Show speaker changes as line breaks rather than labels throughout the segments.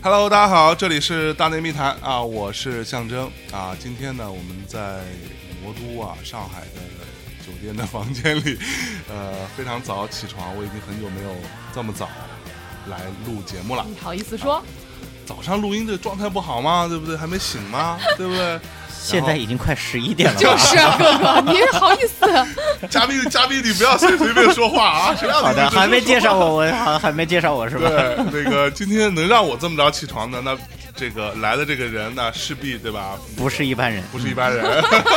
Hello，大家好，这里是大内密谈啊，我是象征啊。今天呢，我们在魔都啊上海的酒店的房间里， 呃，非常早起床，我已经很久没有这么早来录节目了。
你好意思说？
早上录音的状态不好吗？对不对？还没醒吗？对不对？
现在已经快十一点了吧，
就是啊， 哥哥，你好意思？
嘉宾 嘉宾，你不要随随便说话 啊！谁让你
好的，
随便
还没介
说
绍
话
我，我好像还没介绍我是吧？
对，那个今天能让我这么早起床的，那这个来的这个人呢，势必对吧？
不是一般人。
不是一般人。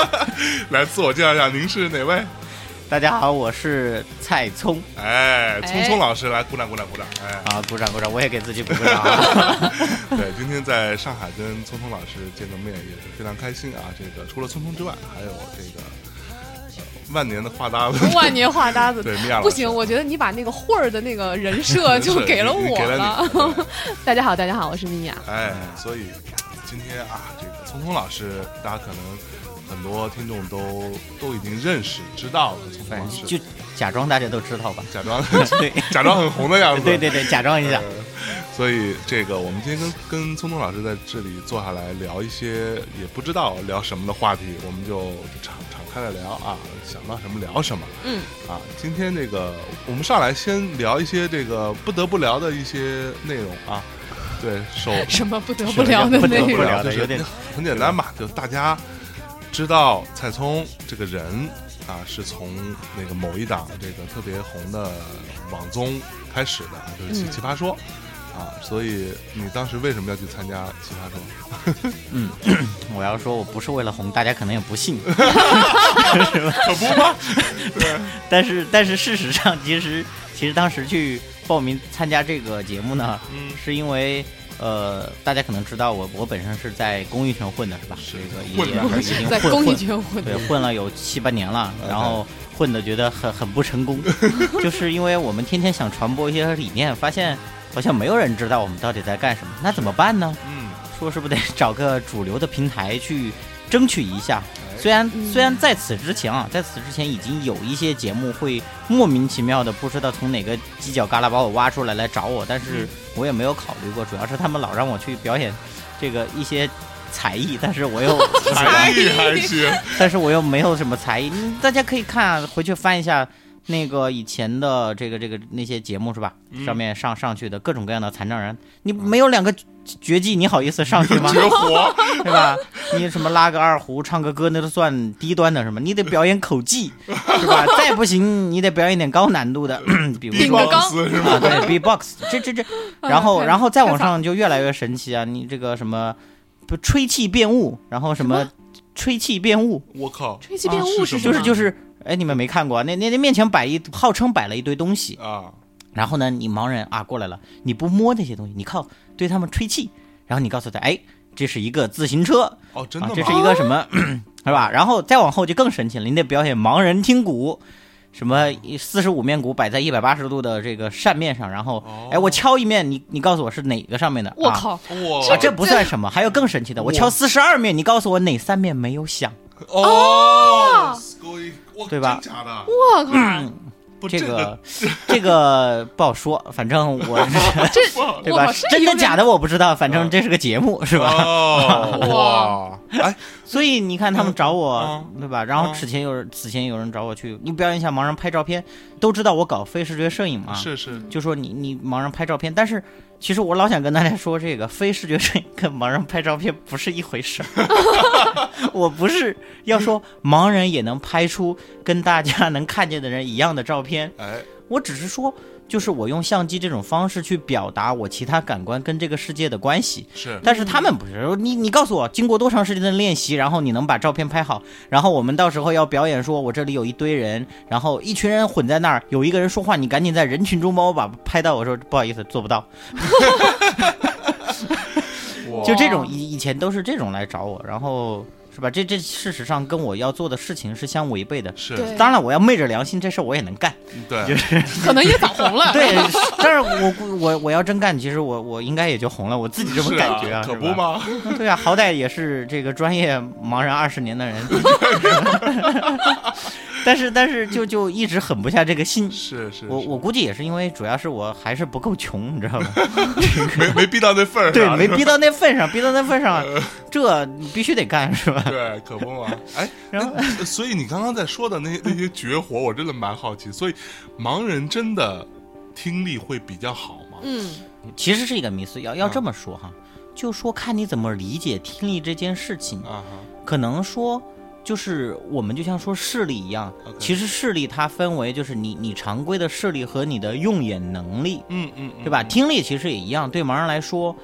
来自我介绍一下，您是哪位？
大家好，我是蔡聪
哎，聪
哎
聪老师，来鼓掌鼓掌鼓掌！ 哎，
啊，鼓掌鼓掌，我也给自己鼓鼓掌 啊。
对，今天在上海跟聪聪老师见个面也是非常开心啊。这个除了聪聪之外，还有这个、呃万年的话搭子，
万年话搭子。
对米娅老师
不行，我觉得你把那个混儿的那个人设 就给了
是你
我
给了你。 对
大家好，大家好，我是米娅。
哎，所以今天啊，这个聪聪老师，大家可能很多听众都都已经认识、知道了聪聪老
对，
师，
哎就假装大家都知道吧。
假装
对
假装很红的样子。
对对对，假装一下
呃。所以这个我们今天跟跟聪聪老师在这里坐下来聊一些也不知道聊什么的话题，我们就敞敞开来聊啊，想到什么聊什么。
嗯，
啊，今天这个我们上来先聊一些这个不得不聊的一些内容啊。对，首
什么不得不聊的
不
内
得啊不
容？
聊
就是
有点
很简单嘛，就大家知道蔡聪这个人啊，是从那个某一档这个特别红的网综开始的，就是奇《
嗯
奇葩说》啊，所以你当时为什么要去参加《奇葩说》？
嗯，我要说我不是为了红，大家可能也不 信。
可不吗？
但是但是事实上，其实其实当时去报名参加这个节目呢，
嗯
是因为呃，大家可能知道我我本身是在公益圈混的是吧？
是
这个已
混的
经
还
已
是
经
在
混
公益
混
圈混
对，混了有七八年了，然后混的觉得很很不成功，就是因为我们天天想传播一些理念，发现好像没有人知道我们到底在干什么，那怎么办呢？
嗯，
说是不是得找个主流的平台去争取一下？虽然
嗯
虽然在此之前啊，在此之前已经有一些节目会莫名其妙的不知道从哪个犄角旮旯把我挖出来来找我，但
嗯
是我也没有考虑过，主要是他们老让我去表演这个一些才艺，但是 我又
才艺还行，
但是我又没有什么才艺，嗯大家可以看、啊、回去翻一下那个以前的这个这个那些节目是吧？
嗯
上面上上去的各种各样的残障人，你没有两个绝技，你好意思上去 吗？
绝活。
对吧？你什么拉个二胡、唱个歌，那都算低端的什么？你得表演口技，是吧？再不行，你得表演点高难度的， 比如
顶
说
个缸
B-box 是
啊，
吗？
对 B-box，这这 这，
哎呀
然后
太
然后再往
太
上就越来越神奇啊！你这个什么不吹气变物，然后什
什
么吹气变物，
我靠，
吹气变
啊
物
就
是
是什
是
么
就是，哎，你们没看过啊？那那那面前摆一，号称摆了一堆东西，
啊，
然后呢，你盲人啊过来了，你不摸那些东西，你靠对他们吹气，然后你告诉他，哎，这是一个自行车，
哦，真
啊
的，吗？
这是一个什 么，是吧？然后再往后就更神奇了，你得表演盲人听鼓。什么四十五面鼓摆在一百八十度的这个扇面上，然后
哦，
哎，我敲一面，你你告诉我是哪个上面的？
我
啊
靠，
啊
哇，
这不算什么，还有更神奇的，我敲四十二面，你告诉我哪三面没有响？
哦，哇
对吧
真假的？
我靠，
不，
这个这个不好说，反正 我
这
哇
对
我
吧
好？像
真
有
的
点
假的我不知道，反
嗯
正这是个节目是吧？
哦，哇，哎，
所以你看他们找我
嗯，
对吧？然后
嗯
此前有人此前有人找我去，你表演一下盲人拍照片，都知道我搞非视觉摄影嘛，
是是，
就说你你盲人拍照片，但是其实我老想跟大家说，这个非视觉摄影跟盲人拍照片不是一回事儿。 我不是要说盲人也能拍出跟大家能看见的人一样的照片，
哎，
我只是说，就是我用相机这种方式去表达我其他感官跟这个世界的关系。
是
但是他们不是你，你告诉我，经过多长时间的练习，然后你能把照片拍好，然后我们到时候要表演，说我这里有一堆人，然后一群人混在那儿，有一个人说话，你赶紧在人群中帮我把拍到。我说不好意思，做不到。
哇哦
就这种以以前都是这种来找我，然后是吧？这这事实上跟我要做的事情是相违背的。
是
对
当然，我要昧着良心，这事儿我也能 干，就
对，
是
可能也早红了。
对。但是我估我我要真干，其实我我应该也就红了，我自己这么
是
感觉
啊，可
是
不
吧？
吗？
对啊，好歹也是这个专业盲人二十年的人， 但是但是就就一直狠不下这个心。
是是，
我
是
我估计也是因为，主要是我还是不够穷，你知道 吧？
没没逼到那份儿上，
对，没
是吧
逼到那份上，逼到那份上，这你必须得干，是吧？
呃对，可不嘛。哎，
然后
那所以你刚刚在说的那那些绝活，我真的蛮好奇。所以盲人真的听力会比较好吗？
嗯，
其实是一个迷思，要
嗯
要这么说哈，就说看你怎么理解听力这件事情。
啊哈，
可能说，就是我们就像说视力一样
OK
其实视力它分为就是你你常规的视力和你的用眼能力，
嗯嗯，嗯
对吧？？听力其实也一样，对盲人来说，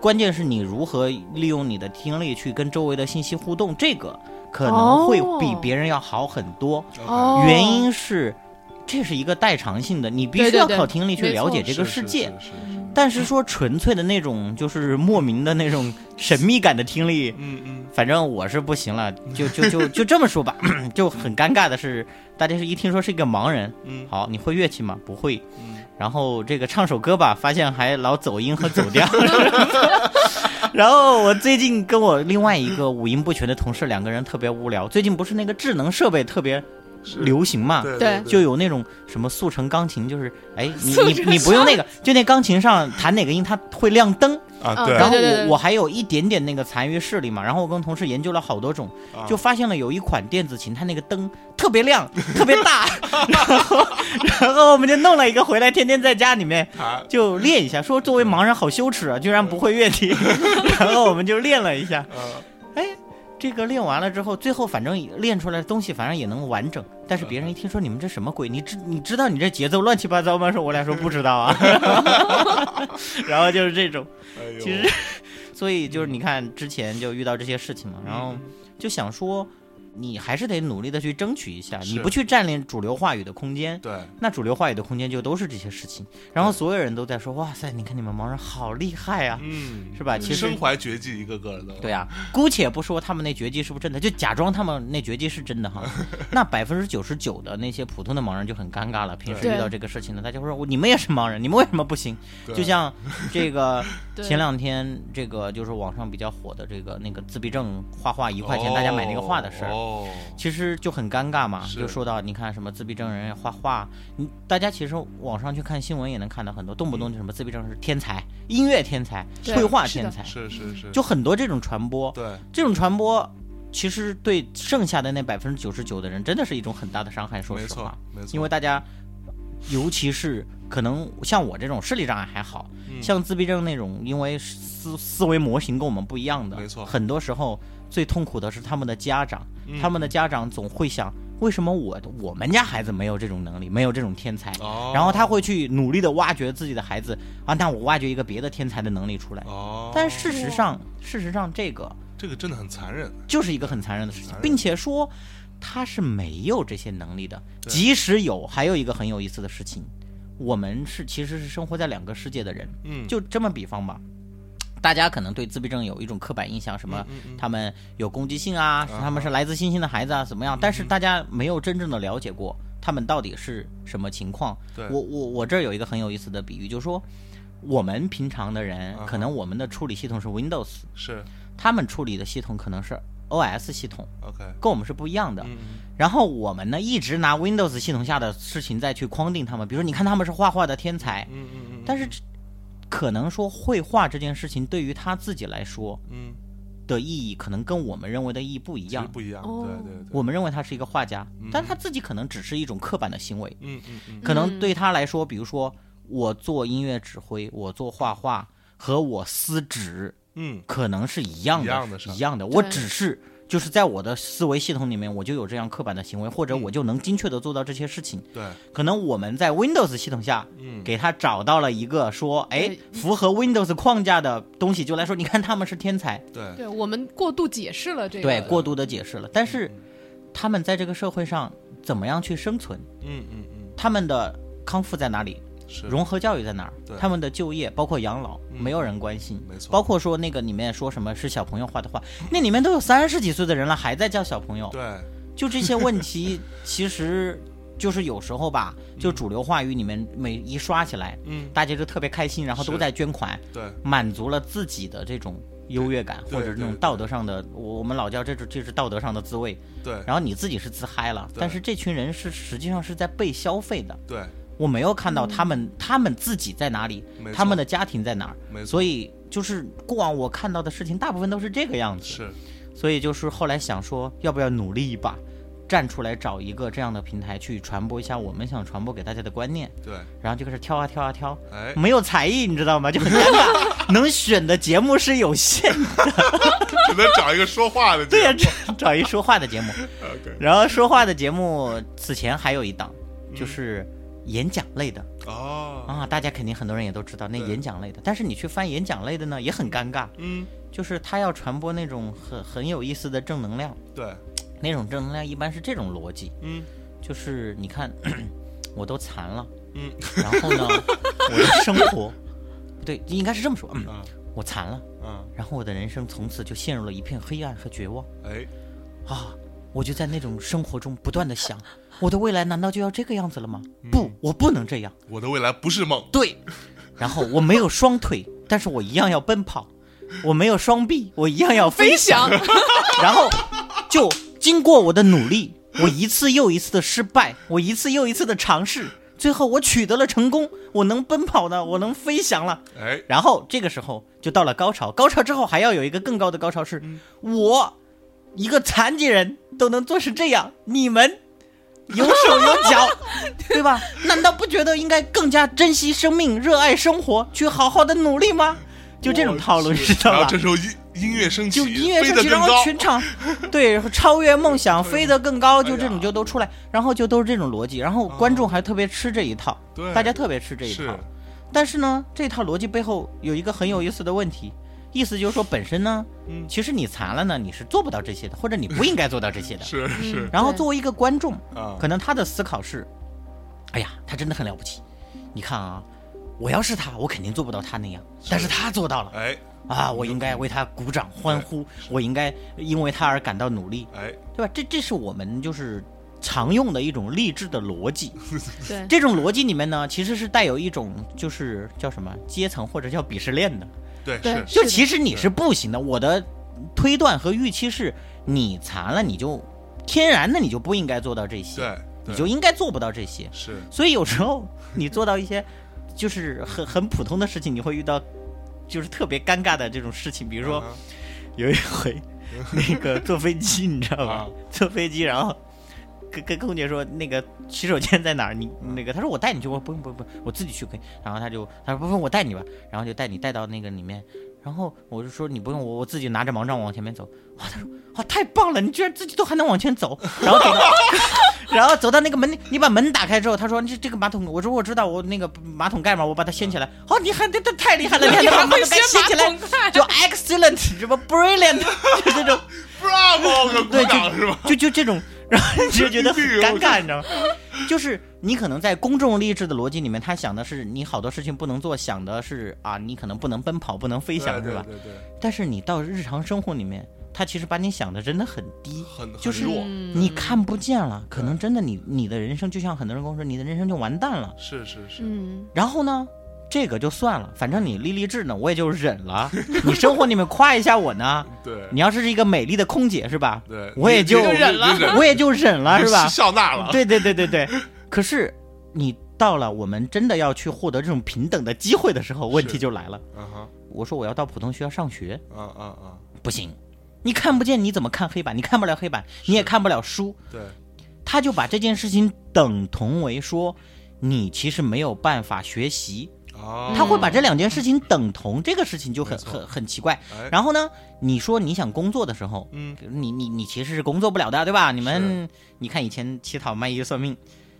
关键是你如何利用你的听力去跟周围的信息互动，这个可能会比
哦
别人要好很多。
OK，
哦，
原因是，这是一个代偿性的，你必
对
须
对
要
对
靠听力去
没
了解
错
这个
是
世界。，
是是是是
但是说纯粹的那种，就是莫名的那种神秘感的听力，
嗯嗯，
反正我是不行了，就就就就这么说吧， 就很尴尬的是，大家是一听说是一个盲人，
嗯
好，你会乐器吗？不会，
嗯
然后这个唱首歌吧，发现还老走音和走调。然后我最近跟我另外一个五音不全的同事，两个人特别无聊。最近不是那个智能设备特别
是
流行嘛，
对
对
就有那种什么速成钢琴，就是哎，你
速
你
成
你不用那个，就那钢琴上弹哪个音，它会亮灯。
啊
嗯
对，
然后
对对对
我我还有一点点那个残余视力嘛，然后我跟同事研究了好多种，
啊
就发现了有一款电子琴，它那个灯特别亮，特别大，然后然后我们就弄了一个回来，天天在家里面
啊
就练一下，说作为盲人好羞耻啊，居然不会乐器，然后我们就练了一下，
呃
这个练完了之后，最后反正练出来的东西反正也能完整，但是别人一听说你们这什么鬼，你知你知道你这节奏乱七八糟吗？说我俩说不知道啊，然后就是这种，
哎呦，
其实所以就是你看之前就遇到这些事情嘛，
嗯
然后。就想说，你还是得努力的去争取一下，
是
你不去占领主流话语的空间，
对
那主流话语的空间就都是这些事情。然后所有人都在说，哇塞，你看你们盲人好厉害啊，
嗯
是吧？其实
身。怀绝技，一个个的，
对啊，姑且不说他们那绝技是不是真的，就假装他们那绝技是真的 哈。那百分之九十九的那些普通的盲人就很尴尬了，平时
对
遇到这个事情呢，他就会说你们也是盲人，你们为什么不行？
对，
就 像这个
对
前两天这个就是网上比较火的这个那个自闭症画画一块钱大家买那个画的事儿，
哦，
其实就很尴尬嘛，
是
就说到你看什么自闭症人画画，你大家其实网上去看新闻也能看到很多，动不动就什么自闭症是天才、音乐天才、
对
绘画
是
天
的
才，
是是是，
就很多这种传播。
对
这种传播其实对剩下的那百分之九十九的人真的是一种很大的伤害，说
没
实
错
话，
没错，
因为大家，尤其是可能像我这种视力障碍还好，
嗯
像自闭症那种，因为思思维模型跟我们不一样的，
没错
很多时候最痛苦的是他们的家长，
嗯
他们的家长总会想，为什么我我们家孩子没有这种能力，没有这种天才，
哦，
然后他会去努力的挖掘自己的孩子啊，那我挖掘一个别的天才的能力出来，
哦，
但事实上，事实上这个
这个真的很残忍，
就是一个很残忍的事情
残，忍
并且说他是没有这些能力的。
对
即使有，还有一个很有意思的事情，我们是其实是生活在两个世界的人。
嗯，
就这么比方吧，大家可能对自闭症有一种刻板印象，
嗯
什么他们有攻击性啊，
啊嗯
他们是来自星星的孩子啊，怎么样？但是大家没有真正的了解过他们到底是什么情况。
对
我我我这儿有一个很有意思的比喻，就是说。我们平常的人
啊哈，
可能我们的处理系统是 Windows，
是
他们处理的系统可能是 OS 系统，
OK，
跟我们是不一样的。
嗯嗯
然后我们呢，一直拿 Windows 系统下的事情再去框定他们，比如说你看他们是画画的天才，
嗯嗯嗯，
但是这可能说绘画这件事情对于他自己来说
嗯
的意义，可能跟我们认为的意义不一
其实
样。
不一样，
哦
对对对，
我们认为他是一个画家，
嗯
但他自己可能只是一种刻板的行为，
嗯嗯嗯
可能对他来说，比如说我做音乐指挥，我做画画和我撕纸，
嗯
可能是一样的，
一样的事儿
一样的我
对
只是就是在我的思维系统里面，我就有这样刻板的行为，或者
嗯
我就能精确的做到这些事情。
对，
可能我们在 Windows 系统下。
嗯
给他找到了一个说，哎
对，
符合 Windows 框架的东西，就来说，你看他们是天才，
对
对我们过度解释了这个，
对，过度的解释了。但
嗯
是他们在这个社会上怎么样去生存？
嗯嗯嗯
他们的康复在哪里？
是
融合教育在哪儿
对？
他们的就业包括养老，
嗯
没有人关心。
没错，
包括说那个里面说什么是小朋友画的 画，那里面都有三十几岁的人了，还在叫小朋友。
对
就这些问题， 其实就是有时候吧，就主流话语里面每一刷起来，
嗯
大家就特别开心，然后都
是
在捐款，
对
满足了自己的这种优越感，
对
或者是那
对
种
对
道德上的，我我们老叫这是这是道德上的滋味。
对
然后你自己是自嗨了，
对
但是这群人是实际上是在被消费的，
对，
我没有看到他们他们自己在哪里，
嗯没错
他们的家庭在哪儿，
没错
所以就是过往我看到的事情大部分都是这个样子。
是
所以就是后来想说，要不要努力一把，站出来找一个这样的平台去传播一下我们想传播给大家的观念，
对，
然后就开始挑啊挑啊挑，
哎，
没有才艺，你知道吗？就 很尴尬，能选的节目是有限，
只能找一个说话的
对呀、
这
这找一说话的节目，
样 OK
然后说话的节目此前还有一档，就是演讲类的
哦，
啊，大家肯定很多人也都知道那
对
演讲类的，但是你去翻演讲类的呢，也很尴尬，
嗯，
就是他要传播那种很很有意思的正能量，
对，
那种正能量一般是这种逻辑。
嗯
就是你看， 我都残了，
嗯，
然后呢，我的生活，不对，应该是这么说，嗯，
嗯
我残了，
嗯，
然后我的人生从此就陷入了一片黑暗和绝望
哎，
啊！我就在那种生活中不断的想，我的未来难道就要这个样子了吗？
嗯
不，我不能这样。
我的未来不是梦，
对，然后我没有双腿，但是我一样要奔跑；我没有双臂，我一样要
飞
飞
翔，
然后就经过我的努力，我一次又一次的失败，我一次又一次的尝试，最后我取得了成功，我能奔跑了，我能飞翔了。
哎，
然后这个时候就到了高潮，高潮之后还要有一个更高的高潮是，
嗯
我一个残疾人都能做成这样，你们。有手有 脚，对吧？难道不觉得应该更加珍惜生命、热爱生活，去好好的努力吗？就这种套路，
我
你
去
知道吧？
然后这时候音音乐升起，
就音乐
飞
升
得
起，
更
然后
高，
全场对超越梦想，飞得更高，就这
哎呀
种就都出来，然后就都是这种逻辑，然后观众还特别吃这一套，
对
大家特别吃这一
是
套。但是呢，这套逻辑背后有一个很有意思的问题，意思就是说本身呢，
嗯
其实你残了呢，你是做不到这些的，或者你不应该做到这些的。
是是
然后
对
作为一个观众，
啊，
可能他的思考是，哎呀，他真的很了不起，你看啊。我要是他，我肯定做不到他那样，但是他做到了，
哎
啊，我应该为他鼓掌欢呼，我应该因为他而感到努力，
哎，
对吧？这这是我们就是常用的一种励志的逻辑。
对，
这种逻辑里面呢，其实是带有一种就是叫什么阶层或者叫鄙视链的，
对
对
是，
就是
的
其实你是不行的。我的推断和预期是，你残了你就天然的你就不应该做到这些，
对
你
对
就应该做不到这些。
是
所以有时 候你做到一些就是很很普通的事情，你会遇到就是特别尴尬的这种事情，比如说。
嗯
有一回，那个坐飞机，你知道吧？
啊
坐飞机，然后跟跟空姐说那个洗手间在哪儿？你那个，她说我带你去，我说不用不用不用，我自己去可以。然后她就她说不用我带你吧，然后就带你带到那个里面。然后我就说你不用我，我自己拿着盲杖往前面走。哇，她说哇太棒了，你居然自己都还能往前走。 然后走到然后走到那个门，你把门打开之后，她说这这个马桶，我说我知道，我那个马桶盖嘛，我把它掀起来。哦，你还这这太厉害 了，你还
你
能把
还
马
会
桶盖
先
掀起
把
来
桶。看，
就 excellent 什么 brilliant，就这种，
Bravo，个鼓
对
掌是吧？
就就这种，然后你就觉得很尴尬，你知道吗？就是你可能在公众励志的逻辑里面，他想的是你好多事情不能做，想的是啊，你可能不能奔跑，不能飞翔，
对
是吧？
对对对，
但是你到日常生活里面，他其实把你想的真的很低，
很
就
很
是
弱，
嗯
你看不见了，可能真的你你的人生就像很多人跟我说，你的人生就完蛋了。
是是是，
嗯，
然后呢，这个就算了，反正你立励志呢，我也就忍了。你生活里面夸一下我呢，
对
你要是一个美丽的空姐是吧？
对，
我也
你
就
你
忍了
你 忍
我也就忍了
你
是吧？
笑纳了，
对对对对 对。可是你到了我们真的要去获得这种平等的机会的时候，问题就来了。
嗯哼，
我说我要到普通学校上学，
啊啊啊，
不行，你看不见你怎么看黑板？你看不了黑板，你也看不了书。
对，
他就把这件事情等同为说。你其实没有办法学习，
啊，
他会把这两件事情等同，这个事情就很
没错
很很奇怪。
哎
然后呢，你说你想工作的时候，
嗯，
你你你其实是工作不了的，对吧？你们你看以前乞讨卖艺算命，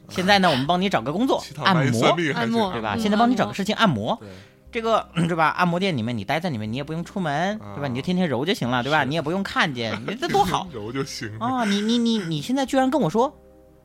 现在呢，我们帮你找个工作
乞，讨
按
卖艺算
摩，
命还
按
行
摩
对吧？
嗯
现在帮你找个事情按摩，
对，
这个 对吧？按摩店里面你待在里面，你也不用出门，
啊
对吧？你就天天揉就行了，对吧？
是
你也不用看 见，你这多好啊
柔就行了，
啊！你你你你现在居然跟我说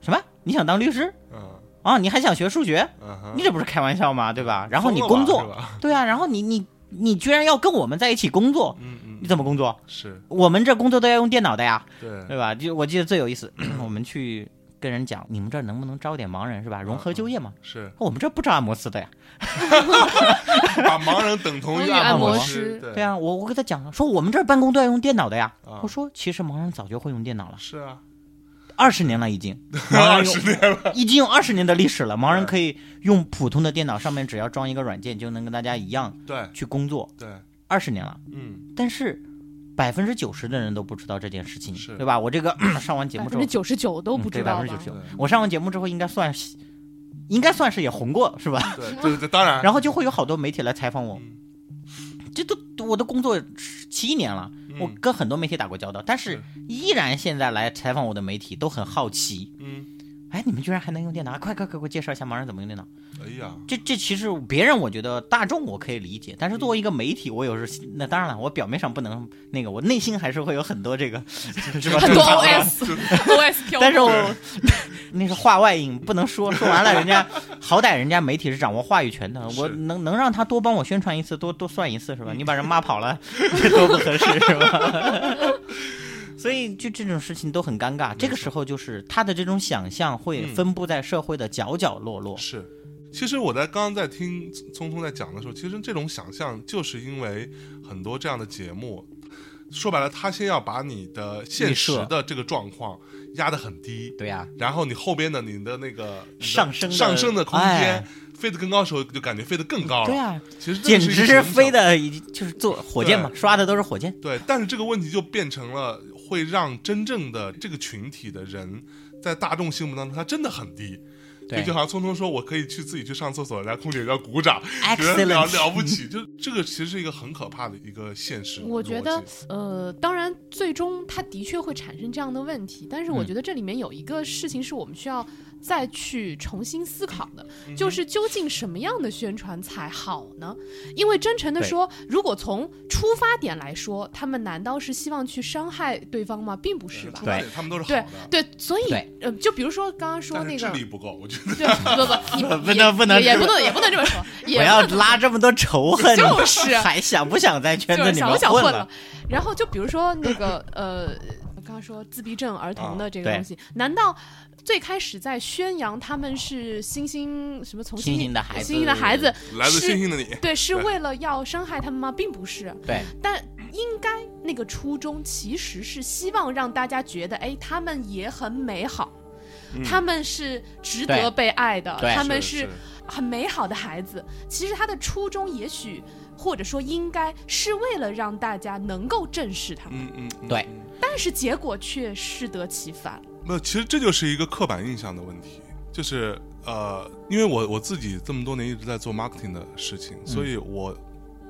什么？你想当律师
嗯，
啊、啊，你还想学数学？
嗯哼
你这不是开玩笑吗？对吧？然后你
疯
工
了吧是
作，
吧
对啊，然后你你你居然要跟我们在一起工作，
嗯嗯，
你怎么工作？
是
我们这工作都要用电脑的呀，
对，
对吧？就我记得最有意思， 我们去跟人讲，你们这儿能不能招点盲人是吧？
嗯
融合就业嘛。哦
是
我们这儿不招按摩师的呀。
把盲人等同于
等于按
摩
摩
师
师，
对
对啊，我我给他讲说我们这儿办公都要用电脑的呀。
啊
我说其实盲人早就会用电脑了，
是啊，
二十年了已经， 盲
二
人
十
用
年了，
已经有二十年的历史了。盲人
对
可以用普通的电脑，上面只要装一个软件就能跟大家一样
对
去工作，
对，
二十年了。
嗯，
但是百分之九十的人都不知道这件事情
是，
对吧？我这个 上完节
百
目之
分
后
之，九十九都
嗯
不知
对
道吧？
99%
对
我上完节目之后应该算是，应该算是也红过是吧？
对对对，当然，
然后就会有好多媒体来采访我，
嗯
这都我的工作七年了，我
嗯
跟很多媒体打过交道，但是依然现在来采访我的媒体都很好奇，
嗯，
哎，你们居然还能用电脑？快快快，给我介绍一下盲人怎么用电脑。
哎呀，
这这其实别人我觉得大众我可以理解，但是作为一个媒体，我有时那当然了，我表面上不能那个，我内心还是会有很多这个， 是吧？
很多
正常的
OS OS 飘，
但是我 那是话外音，不能说，说完了人家好歹人家媒体是掌握话语权的，
是
我能能让他多帮我宣传一次，多多算一次是吧？你把人骂跑了，这多不合适是吧？ 所以就这种事情都很尴尬，这个时候就是他的这种想象会
嗯
分布在社会的角角落落，
是，其实我在刚刚在听聪聪在讲的时候，其实这种想象就是因为很多这样的节目，说白了，他先要把你的现
预
实
设
的这个状况压得很低，
对呀、
然后你后边的你的那个你的
上升的
上升的空间
哎。
飞得更高的时候，就感觉飞得更高了。
对呀、
其哦实这
简
个
直
一个
是
形
飞
象。
的，已经就是坐火箭嘛，刷的都是火箭。
对，但是这个问题就变成了会让真正的这个群体的人在大众心目当中，他真的很低。
对
就好像聪聪说，我可以去自己去上厕所，人家空姐要鼓 掌，
哎
觉得了了
，excellent，
不起。 就这个其实是一个很可怕的一个现实逻辑。
我觉得，呃，当然，最终它的确会产生这样的问题，但是我
嗯
觉得这里面有一个事情是我们需要再去重新思考的，
嗯
就是究竟什么样的宣传才好呢？因为真诚的
对
说，如果从出发点来说，他们难道是希望去伤害对方吗？并不是吧？
对，他们都是好
对
的，
对，所以
对
呃，就比如说刚刚说
但
那
是
个
智，力不够，我觉得
对，不不，你
不
也
能不能
也也
这
不
么
能也不能这么说，也
我
不
要
能
拉这么多仇恨，
就是
还想不想在圈
就
子
是
里
想
面
不想混
了？。
然后就比如说那个呃，刚刚说自闭症儿童的这个
啊
东西，难道最开始在宣扬他们是星星什么从
星星的孩子，
星星的孩子，
来自
是
星星的你，
对，是
对
为了要伤害他们吗？并不是，
对，
但应该那个初衷其实是希望让大家觉得，哎，他们也很美好。他们是值得
嗯对
被爱的，
对
他们
是是
很美好的孩子。其实他的初衷也许或者说应该是为了让大家能够正视他们，
嗯嗯，嗯
对
但是结果却适得其反。
没有，其实这就是一个刻板印象的问题，就是呃，因为我我自己这么多年一直在做 marketing 的事情，
嗯
所以我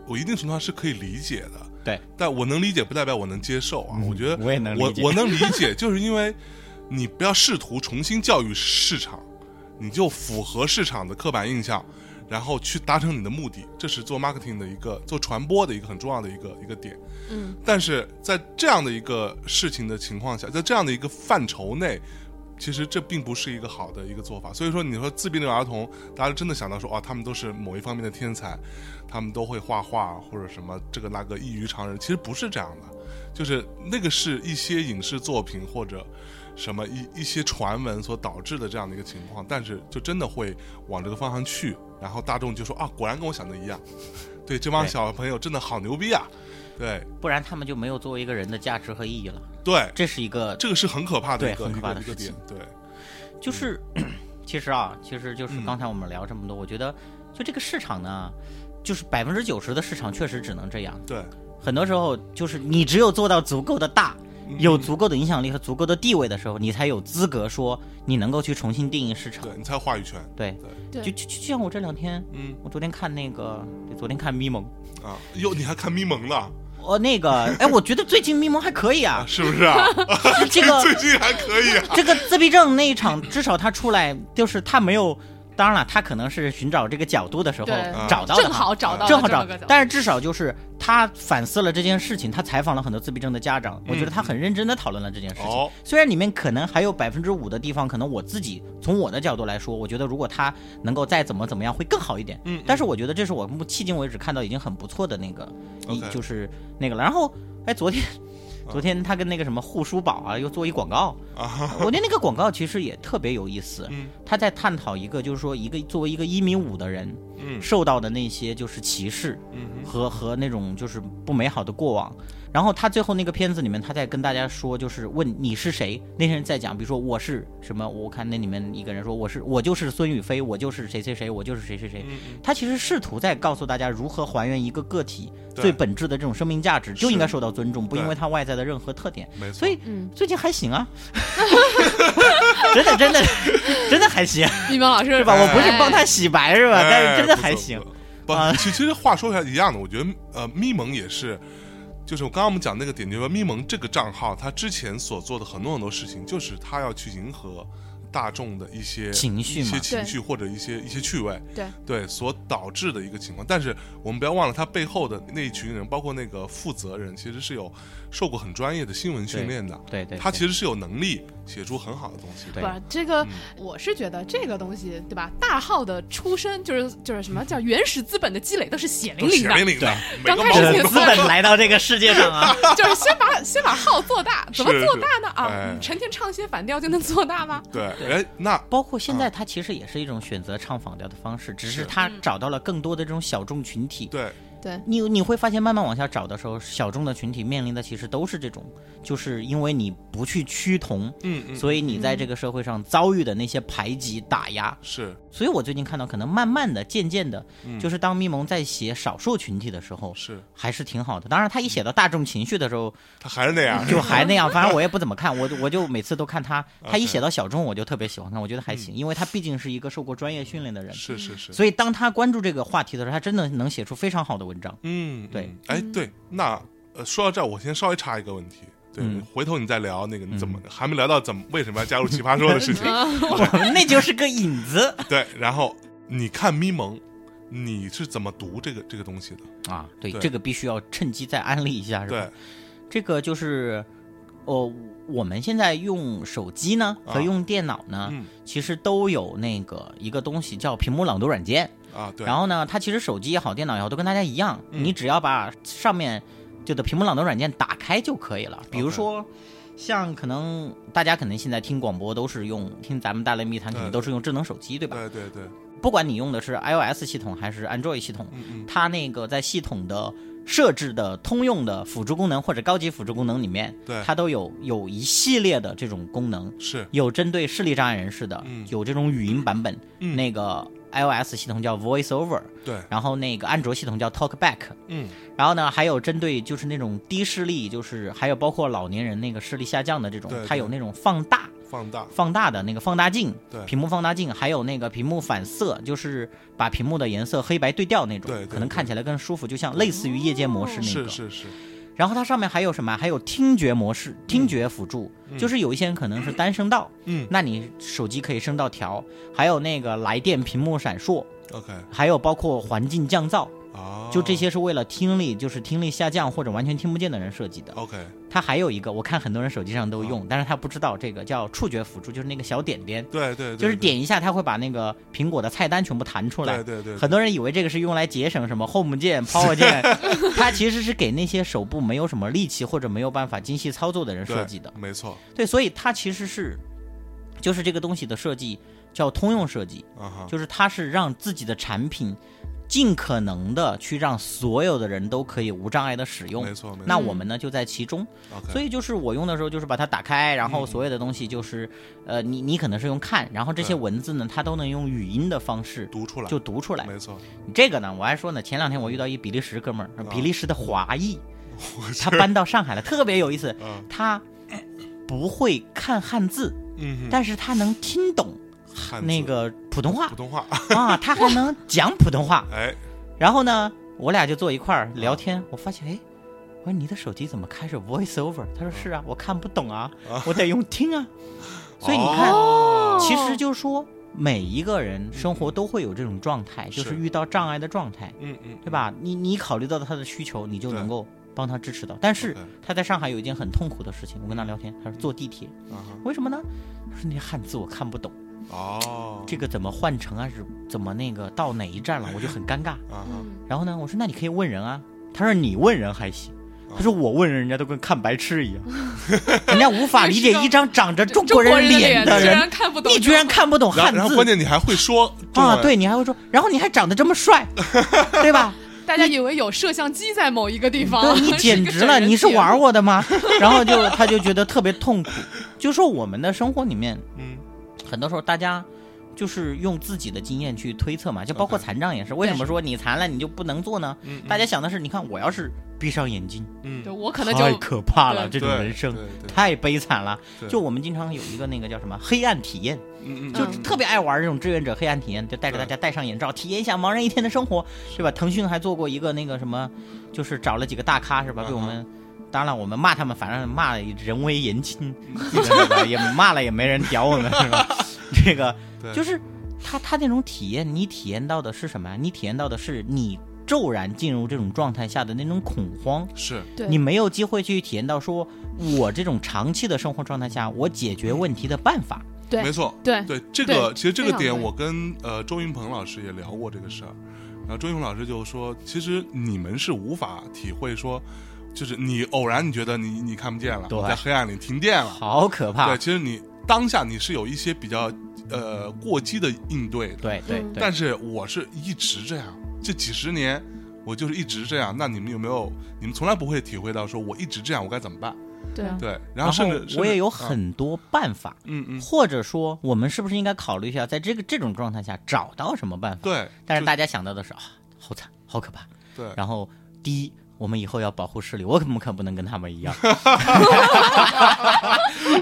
我一定程度上是可以理解的，
对，嗯
但我能理解不代表我能接受啊，我觉得
我也能理
我
解
我能理解，就是因为你不要试图重新教育市场，你就符合市场的刻板印象。然后去达成你的目的，这是做 marketing 的一个做传播的一个很重要的一个一个点。
嗯，
但是在这样的一个事情的情况下，在这样的一个范畴内，其实这并不是一个好的一个做法。所以说，你说自闭症儿童，大家真的想到说，哦，他们都是某一方面的天才，他们都会画画或者什么这个那个异于常人，其实不是这样的，就是那个是一些影视作品或者。什么一一些传闻所导致的这样的一个情况，但是就真的会往这个方向去，然后大众就说啊，果然跟我想的一样，对这帮
对
小朋友真的好牛逼啊，对，
不然他们就没有作为一个人的价值和意义了。
对，
这是一个，
这个是很可怕的
对
一个
很
一
可怕
个
的
一个
事
点
情，
对，
就是其实啊，其实就是
嗯
刚才我们聊这么多，我觉得就这个市场呢，就是百分之九十的市场确实只能这样。
对，
很多时候就是你只有做到足够的大，
嗯
有足够的影响力和足够的地位的时候，你才有资格说你能够去重新定义市场。
对你才有话语权，
对，
对
就就就就像我这两天，
嗯
我昨天看那个，对昨天看咪蒙，
啊，哟，你还看咪蒙了
哦，那个， 哎，我觉得最近咪蒙还可以 啊，
啊？是不是啊？
这个
最近还可以啊，
这个自闭症那一场，至少他出来就是他没有当然了，他可能是寻找这个角度的时候
对
找到的
正
哈
好找到了
啊正好
这
找
么个角，度
但是至少就是他反思了这件事情，他采访了很多自闭症的家长，我觉得他很认真的讨论了这件事情。
哦
虽然里面可能还有百分之五的地方，可能我自己从我的角度来说，我觉得如果他能够再怎么怎么样会更好一点。
嗯嗯
但是我觉得这是我目迄今为止看到已经很不错的那个，一
OK
就是那个了。然后，哎，昨天
嗯
昨天他跟那个什么护舒宝啊又做一广告，
啊，
我觉得那个广告其实也特别有意思。
嗯
他在探讨一个，就是说一个作为一个一米五的人
嗯
受到的那些就是歧视，
嗯哼
和和那种就是不美好的过往。然后他最后那个片子里面，他在跟大家说，就是问你是谁。那些人在讲，比如说我是什么，我看那里面一个人说我是我就是孙雨霏，我就是谁谁谁，我就是谁谁谁。
嗯嗯
他其实试图在告诉大家如何还原一个个体
对
最本质的这种生命价值，就是应该受到尊重，不因
对
为他外在的任何特点。
没错，
所以
嗯，
最近还行啊， 真的真的真的还行，
一鸣老师
是吧？我不是
哎
帮他洗白是吧？
哎
但是真的
不
还
错
行
不。错不
啊，
其其实话说起来一样的，我觉得呃，咪蒙也是，就是我刚刚我们讲那个点，就是说咪蒙这个账号，他之前所做的很多很多事情，就是他要去迎合大众的一些
情绪
一
嘛
些情绪或者一些一些趣味，
对
对所导致的一个情况。但是我们不要忘了，他背后的那一群人，包括那个负责人，其实是有受过很专业的新闻训练的，
对对，
他
对
其实是有能力写出很好的东西
对
的。
不，这个
嗯
我是觉得这个东西，对吧？大号的出身就是就是什么叫原始资本的积累，都是血淋
都
淋
血
的，
淋淋的，每
刚
个
开
毛
始
这
孔
也
个
都
是
资本来到这个世界上 啊，
就是先把先把号做大，怎么
是
做大呢？啊，
哎
嗯成天唱些反调就能做大吗？
对，哎，那
包括现在它其实也是一种选择唱仿调的方式，只
是
是它
嗯
找到了更多的这种小众群体。
对。
对，
你你会发现，慢慢往下找的时候，小众的群体面临的其实都是这种，就是因为你不去趋同，
嗯嗯，
所以你在这个社会上遭遇的那些排挤、打压，
是
所以我最近看到，可能慢慢的、渐渐的，就是当咪蒙在写少数群体的时候，
嗯是，
还是挺好的。当然，他一写到大众情绪的时候，
他还是那 样，
就还那样。反正我也不怎么看，我我就每次都看他，他一
啊
写到小众，我就特别喜欢看，我觉得还行，因为他毕竟是一个受过专业训练的人，
嗯是是是，
所以当他关注这个话题的时候，他真的能写出非常好的文 章。
嗯，
对
嗯，哎，对，那呃，说到这儿，我先稍微插一个问题，对，
嗯
回头你再聊那个你怎么还没聊到怎么为什么要加入奇葩说的 事情，
哦
我们那就是个引子
对，然后你看咪蒙，你是怎么读这个这个东西的？
啊，对，
对
这个必须要趁机再安利一下，是吧？
对，
这个就是，哦，我们现在用手机呢
啊
和用电脑呢，
嗯
其实都有那个一个东西叫屏幕朗读软件。
啊，对，
然
后
后呢，它其实手机也好，电脑也好，都跟大家一样，
嗯
你只要把上面就的屏幕朗读软件打开就可以了。比如说。像可能大家可能现在听广播都是用听咱们大内密谈，肯定
对
都是用智能手机，对吧？
对对对，
不管你用的是 iOS 系统还是 Android 系统，
嗯嗯，
它那个在系统的设置的通用的辅助功能或者高级辅助功能里面，
对
它都有有一系列的这种功能，
是，
有针对视力障碍人士的，
嗯
有这种语音版本，
嗯
那个 iOS 系统叫 VoiceOver，
对，
然后那个安卓系统叫 TalkBack，
嗯
然后呢，还有针对就是那种低视力，就是还有包括老年人那个视力下降的这种
对，
它
对
有那种放大。
放大，
放大的那个放大镜，
对
屏幕放大镜，还有那个屏幕反色，就是把屏幕的颜色黑白对调那种，
对对
可能
对
看起来更舒服，就像类似于夜间模式那
是
个。
是嗯是，
然后它上面还有什么？还有听觉模式、听觉辅助，就是有一些人可能是单声道，
嗯
那你手机可以声道调，还有那个来电屏幕闪烁，
，OK，
还有包括环境降噪，
啊，
就这些是为了听力，就是听力下降或者完全听不见的人设计的。
，OK，
它还有一个，我看很多人手机上都用，但是他不知道这个叫触觉辅助，就是那个小点点，
嗯对对，对
就是，点一下，它会把那个苹果的菜单全部弹出
对
来
对。对对，
很多人以为这个是用来节省什么 home 键、power 键，它其实是给那些手部没有什么力气或者没有办法精细操作的人
对
设计的。
没错，
对，所以它其实是，就是这个东西的设计叫通用设计，
啊哈，
就是它是让自己的产品尽可能的去让所有的人都可以无障碍的使用
没。错没错，
那我们呢就在其中，
OK，
所以就是我用的时候就是把它打开，然
嗯
后所有的东西就是，呃，你你可能是用看，然后这些
对
文字呢，它都能用语音的方式
读出来
就读出来。
没错，
这个呢，我还说呢，前两天我遇到一比利时哥们儿，比利时的华裔，
啊我
他搬到上海了，特别有意思。
嗯
他不会看汉字，
嗯
但是他能听懂
哼，
那
汉
个普通
字
话
普通话，
啊，他还能讲普通话。
哎，
然后呢，我俩就坐一块儿聊
啊
天，我发现哎。我说你的手机怎么开始 Voice Over？他说啊 是啊，我看不懂啊，我得用听啊。所以你看，
啊哦
其实就说每一个人生活都会有这种状态，就是是遇到障碍的状态，
嗯嗯，
对吧？你你考虑到他的需求，你就
对
能够帮他支持到。但是
OK
他在上海有一件很痛苦的事情，我跟他聊天，他说坐地铁，
嗯？啊哈
为什么呢？他说那些汉字我看不懂，
哦，
这个怎么换乘啊？是怎么那个到哪一站了？我就很尴尬。
啊哈，
嗯，
然后呢，我说那你可以问人啊。他说你问人还行，
哦
他说我问人，人家都跟看白痴 一样，人家无法理解一张 长着中国人脸的
居
人，
然看不懂，
你居然看不懂
然
汉
后然后关
字
键你还会说中
啊？
文，
对，你还会说，然后你还长得这么帅， 对吧？
大家以为有摄像机在某一个地
哦
方，
你简直了，你是
啊
玩我的吗？然后就他就觉得特别痛苦，就说我们的生活里面
嗯，
很多时候大家。就是用自己的经验去推测嘛，就包括
OK
残障也是。为什么说你残了你就不能做呢？
嗯嗯
大家想的是，你看我要是闭上眼睛，
嗯
对，我可能
太
就
可怕了，这
对
种人生
对对
太悲惨了。
对
就我们经常有一个那个叫什么黑暗体验，
嗯嗯
就
嗯
特别爱玩这种志愿者黑暗体验，就带着大家戴上眼罩，体验一下盲人一天的生活，对吧？腾讯还做过一个那个什么，就是找了几个大咖是吧？
嗯
被我们。当然，我们骂他们，反正骂了人微言 轻，对吧也骂了也没人屌我们，是吧？这个
对
就是他他那种体验，你体验到的是什么呀？你体验到的是你骤然进入这种状态下的那种恐慌，
是
对
你没有机会去体验到说，我这种长期的生活状态下，我解决问题的办法。
对
没错，
对
对这个
对
其实这
非
个
常
点
对
我跟呃周云鹏老师也聊过这个事儿，然后周云鹏老师就说，其实你们是无法体会说，就是你偶然你觉得你你看不见了，
对
你在黑暗里停电了，
好可怕
嗯对，！其实你当下你是有一些比较呃过激的应对的，
对对
嗯
对，
但是我是一直这样，这几十年我就是一直这样。那你们有没有？你们从来不会体会到说我一直这样我该怎么办？
对啊
对，然
然
后
后
甚至
我也有，
甚至啊
很多办法，
嗯嗯，
或者说我们是不是应该考虑一下，在这个这种状态下找到什么办法？
对，
但是
就
大家想到的是啊，好惨，好可怕。
对
然后第一，我们以后要保护视力，我们可不能跟他们一 样。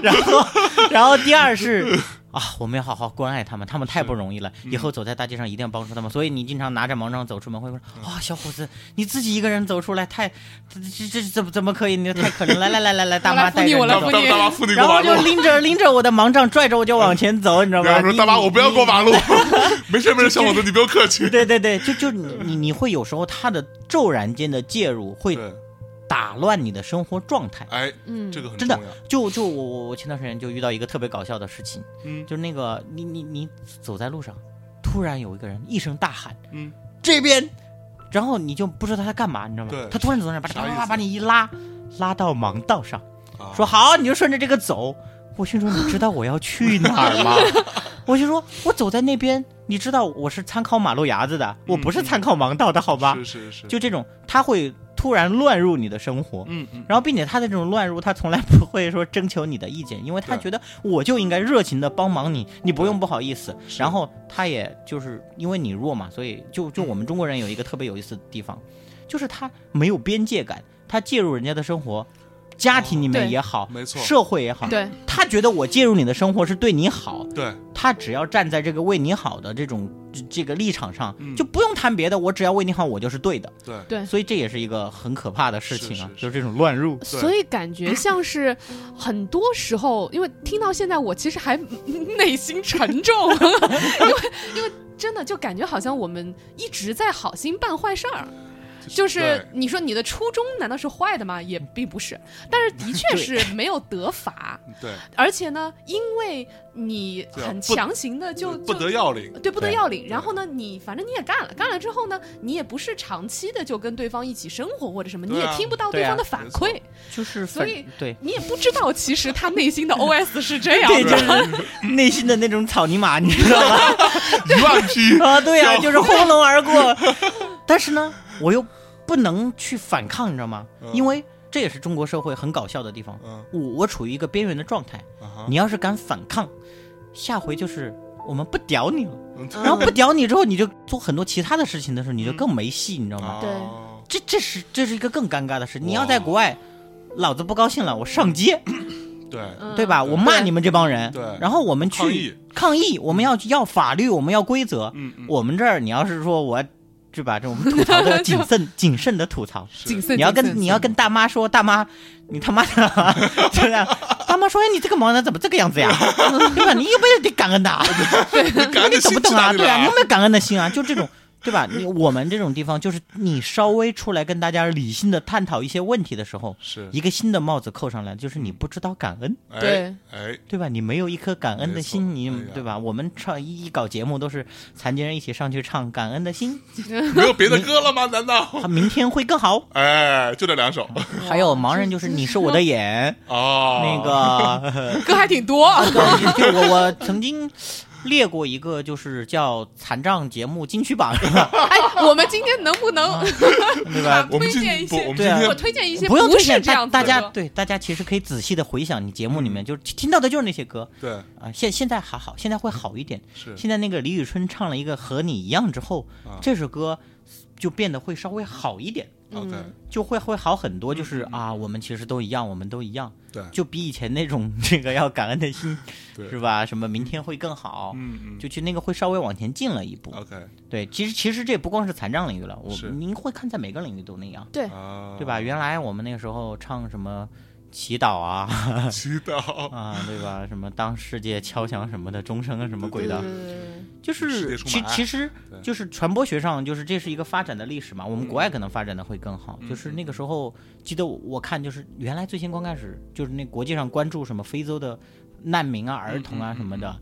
然后，然后第二是啊，我们要好好关爱他们，他们太不容易了。以
嗯
后走在大街上一定要帮助他们。所以你经常拿着盲杖走出门，会说
嗯
啊、小伙子，你自己一个人走出来，太这这这怎么怎么可以？你太可怜。来来来来来，大
我来
妈
扶
带
你
着
我
你
来
大
走
大。大妈扶
扶你
你过
然后
马
就
路，
拎着拎着我的盲杖，拽着我就往前走，你知道
然
吗
后？说
你
大妈我不要
你
过 马路，没事没事，小伙子你不要客气。
对对对，就就你你你会有时候他的骤然间的介入会
对，
打乱你的生活状态。
哎，
嗯
这个很
真
重
的
要。
就就我我我前段时间就遇到一个特别搞笑的事情，
嗯
就是那个你你你走在路上，突然有一个人一声大喊
嗯，
这边，然后你就不知道他在干嘛，你知道吗
对？
他突然走在那儿，把
啥
啪
意
啪
思
啪把你一拉，拉到盲道上，
啊
说好你就顺着这个走。我心说你知道我要去哪 儿吗？我就说我走在那边，你知道我是参考马路牙子的，我不是
嗯
参考盲道的好吧？
是是是，
就这种，他会突然乱入你的生活，
嗯嗯，
然后并且他的这种乱入，他从来不会说征求你的意见，因为他
对
觉得我就应该热情的帮忙你，你不用不好意思。
是
然后他也就是因为你弱嘛，所以就就
嗯
我们中国人有一个特别有意思的地方，就是他没有边界感，他介入人家的生活，家庭里面
对
也好，
哦没错
社会也好，
对
他觉得我介入你的生活是对你好，
对
他只要站在这个为你好的这种这这个立场上，
嗯
就不用谈别的，我只要为你好，我就是对的。
对
对，
所以这也是一个很可怕的事情啊，
是是是
就是这种乱入。
所以感觉像是很多时候，因为听到现在，我其实还 内心沉重，因为因为真的就感觉好像我们一直在好心办坏事儿。就是
对
你说你的初衷难道是坏的吗？也并不是，但是的确是没有得法，
对，
而且呢，因为你
对啊
很
不
强行的就
不
就
得 要领，
对，不得
对
要领。然后呢，你反正你也干了，干了之后呢，你也不是长期的就跟对方一起生活或者什么，你
对
也
啊
听不到
对
对方
啊
的反
没错
馈，
就是
所以
对
你也不知道其实他内心的 OS 是这样
对，
的。
就是内心的那种草泥马，你知道 吗？
一万匹，
啊，对呀、就是轰隆而过。但是呢，我又不能去反抗，你知道吗？
嗯
因为这也是中国社会很搞笑的地方。
嗯
我我处于一个边缘的状态，
啊哈
嗯
你要是敢反抗，下回就是我们不屌你了。
嗯
然后不屌你之后，你就做很多其他的事情的时候，你
嗯
就更没戏，你知道吗？
对
哦
这这是这是一个更尴尬的事。
哇
你要在国外，老子不高兴了，我上街，
对
嗯
对吧？
对
我骂你们这帮人，
对
然后我们去
抗议，
抗议，我们要要法律，我们要规则。
嗯嗯，
我们这儿你要是说我，对吧？这我们吐槽都要 谨慎谨慎的吐槽。
是
谨慎，
你要
谨慎
跟你要跟大妈说，大妈，你他妈的，对吧？大他妈说：“哎，你这个盲人怎么这个样子 呀？对吧？你有没有得感恩的啊？
感恩
你
的
懂不
心去
懂
哪
啊？
里
对
了
啊，你有没有感恩的心啊？就这种，对吧？你我们这种地方，就是你稍微出来跟大家理性的探讨一些问题的时候，
是，
一个新的帽子扣上来，就是
嗯
你不知道感恩，
哎
对，
哎，
对吧？你没有一颗感恩的
没错
心，你
哎呀
对吧？我们唱一一搞节目都是残疾人一起上去唱《感恩的心
没有别的歌了吗？难道》，？
他明天会更 好。
哎，就这两首
还有盲人就是你是我的眼，
哦，
那 个
歌还挺多。
对，就我我曾经列过一个，就是叫残障节目金曲榜，
哎，我们今天能不能
对 吧？
我们
推
今
荐一
不
些
我们今
对啊
天
我推荐一些
不用推
是
荐
这
大
样子的
大
歌
家对大家其实可以仔细的回想你节目里
嗯
面，就是听到的就是那些歌
对
啊。现现在还好，现在会好一点。
是
现在那个李宇春唱了一个和你一样之后
啊，
这首歌就变得会稍微好一点，
OK，
就会会好很多。就是啊，我们其实都一样，我们都一样，
嗯对
就比以前那种 这个要感恩的心，
对
是吧？什么明天会更好，
嗯嗯
就去那个会稍微往前进了一步。
，OK
对，其实其实这不光是残障领域了，我
是
您会看在每个领域都那样，
对
啊，
对吧？原来我们那个时候唱什么祈祷啊
祈祷
啊，对吧？什么当世界敲响什么的钟声啊，什么鬼的，就
世
是
界充
其
满爱
其实
对嗯
就是传播学上，就是这是一个发展的历史嘛。我们国外可能发展的会更好，就是那个时候记得我我看就是原来最先刚开始就是那国际上关注什么非洲的难民啊、儿童
嗯
啊什么的。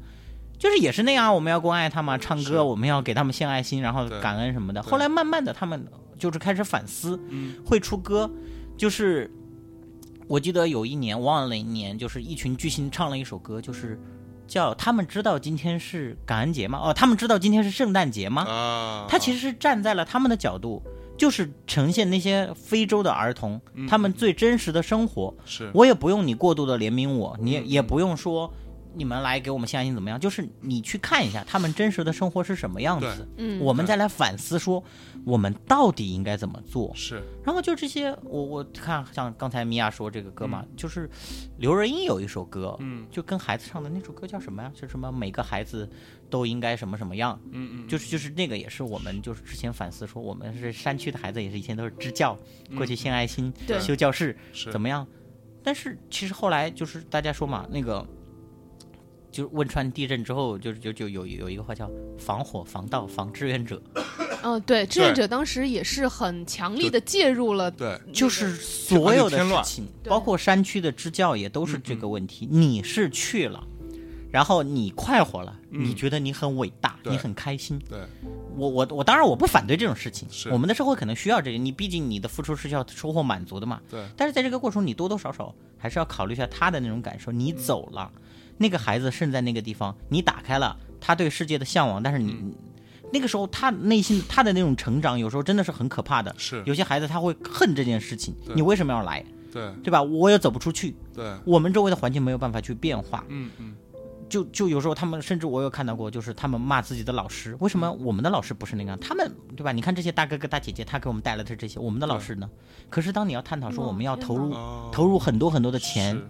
就是也是那样，我们要关爱他们，唱
是
歌我们要给他们献爱心，然后
对
感恩什么的。
对
后来慢慢的，他们就是开始反思，
嗯
会出歌，就是我记得有一年忘了哪一年，就是一群巨星唱了一首歌，就是叫他们知道今天是感恩节吗？哦，他们知道今天是圣诞节吗？
啊，
他其实是站在了他们的角度，就是呈现那些非洲的儿童
嗯
他们最真实的生活。
是
我也不用你过度的怜悯我，你也
嗯
也不用说。你们来给我们相信怎么样？就是你去看一下他们真实的生活是什么样
对
子，
嗯
我们再来反思说我们到底应该怎么做。
是
然后就这些，我我看像刚才米娅说这个歌嘛，就是刘若英有一首歌，
嗯，
就跟孩子唱的那首歌叫什么呀？就什么每个孩子都应该什么什么样，
嗯嗯，
就是就是那个也是我们就是之前反思说，我们是山区的孩子，也是以前都是支教，过去献爱心，
对
修教室
嗯是
怎么样？但是其实后来就是大家说嘛，那个。就是汶川地震之后，就就就有有一个话叫防火、防盗、防志愿者，
嗯，对，志愿者当时也是很强力的介入了，
对
就是所有的
天
事
乱嗯
情，
对
包括山区的支教也都是这个问题。你是去了，然后你快活了，你觉得你很伟大，
嗯对
你很开心。
对
我我我当然我不反对这种事情
是，
我们的社会可能需要这个，你毕竟你的付出是要收获满足的嘛。
对
但是在这个过程中，你多多少少还是要考虑一下他的那种感受。你走了，
嗯
那个孩子身在那个地方，你打开了他对世界的向往，但是你。
嗯
那个时候，他内心他的那种成长，有时候真的是很可怕的。
是
有些孩子他会恨这件事情，
对
你为什么要来，
对
对吧？我也走不出去，
对，
我们周围的环境没有办法去变化。
嗯嗯
就就有时候他们甚至我有看到过，就是他们骂自己的老师，为什么
嗯
我们的老师不是那个样？他们对吧？你看这些大哥哥大姐姐，他给我们带来的这些，我们的老师呢？可是当你要探讨说
哇
我们要投入
天
哦
投入很多很多的钱，
是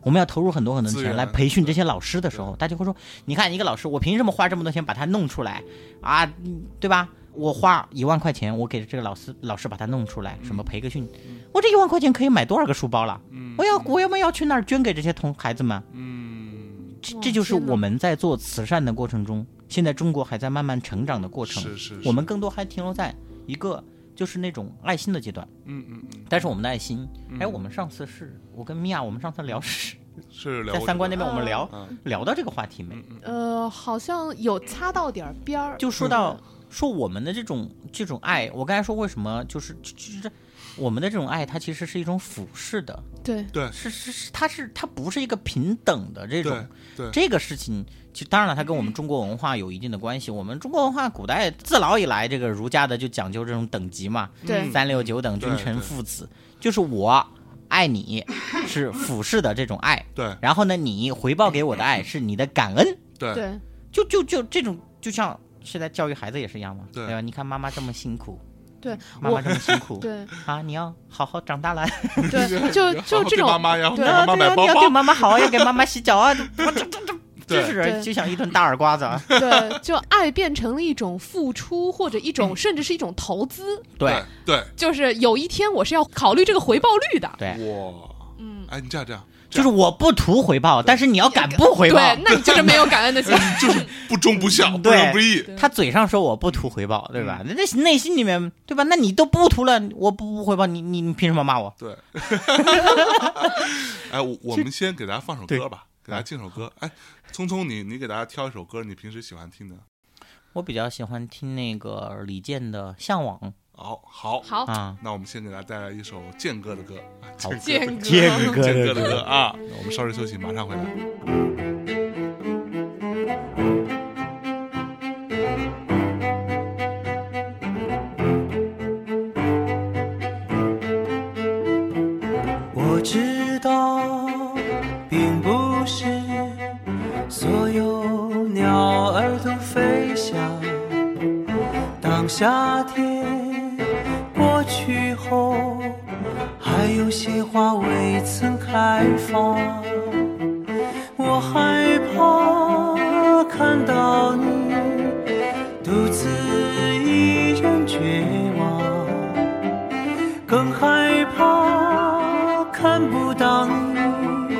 我们要投入很多很多的
资源
钱来培训这些老师的时候，大家会说：你看一个老师，我凭什么花这么多钱把他弄出来啊？嗯对吧？我花一万块钱，我给这个老师老师把他弄出
嗯
来，什么培个训，我这一万块钱可以买多少个书包了？我要我要不要去那儿捐给这些同孩子们？
嗯
这
哇
这就是
天哪
我们在做慈善的过程中，现在中国还在慢慢成长的过程，
是是是
我们更多还停留在一个就是那种爱心的阶段。
嗯嗯嗯
但是我们的爱心，哎，我们上次是我跟米娅，我们上次聊是
是聊
在
过
三观
这
那
个
边我们聊、
嗯
聊到这个话题没？
呃，好像有擦到点儿边儿，
就说到说我们的这种这种爱，我刚才说为什么就是就是我们的这种爱，它其实是一种俯视的，
对，
是是是，它是它不是一个平等的这种
对。对
这个事情，其实当然了，它跟我们中国文化有一定的关系。我们中国文化古代自老以来，这个儒家的就讲究这种等级嘛，
对
三六九等，君
对
臣
对
父子，就是我爱你是俯视的这种爱，
对
然后呢，你回报给我的爱是你的感恩，
对
对，
就就就这种，就像现在教育孩子也是一样嘛，
对
对吧？你看妈妈这么辛苦，
对，
妈妈这么辛苦，
对，
啊，你要好好长大了，
对， 就就这种
妈妈呀，
对
给妈妈
对
买
啊，
包
你要对
包，
妈妈好，要给妈妈洗脚啊，这这这 这
对
这是
对
就像一顿大耳刮子 啊，
对，就爱变成了一种付出，或者一种甚至是一种投资，
对
对
就是有一天我是要考虑这个回报率的。
对。
哇，
嗯，
哎，你这样这样，
就是我不图回报，但是你要敢不回报，
对，那你就是没有感恩 的心。
哎就是不忠不孝，不仁不义。
他嘴上说我不图回报，对
嗯
吧？那、那内心里面，对吧？那你都不图了，我不不回报，你你你凭什么骂我？
对，哎，我我们先给大家放首歌吧，给大家进首
啊
歌。哎，聪聪你，你给大家挑一首歌，你平时喜欢听的。
我比较喜欢听那个李健的《向往》
好，好，
好，
啊，
那我们先给大家带来一首健哥的歌，
好
健
健哥
健哥
健
的
哥的
歌
歌啊。那我们稍事休息，马上回来。
我知道，并不是所有鸟儿都飞翔。当夏天过去后，还有些花未曾开放。我害怕看到你独自一人绝望。更害怕看不到你，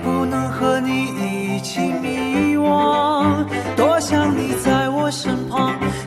不能和你一起迷惘。多想你在我身旁，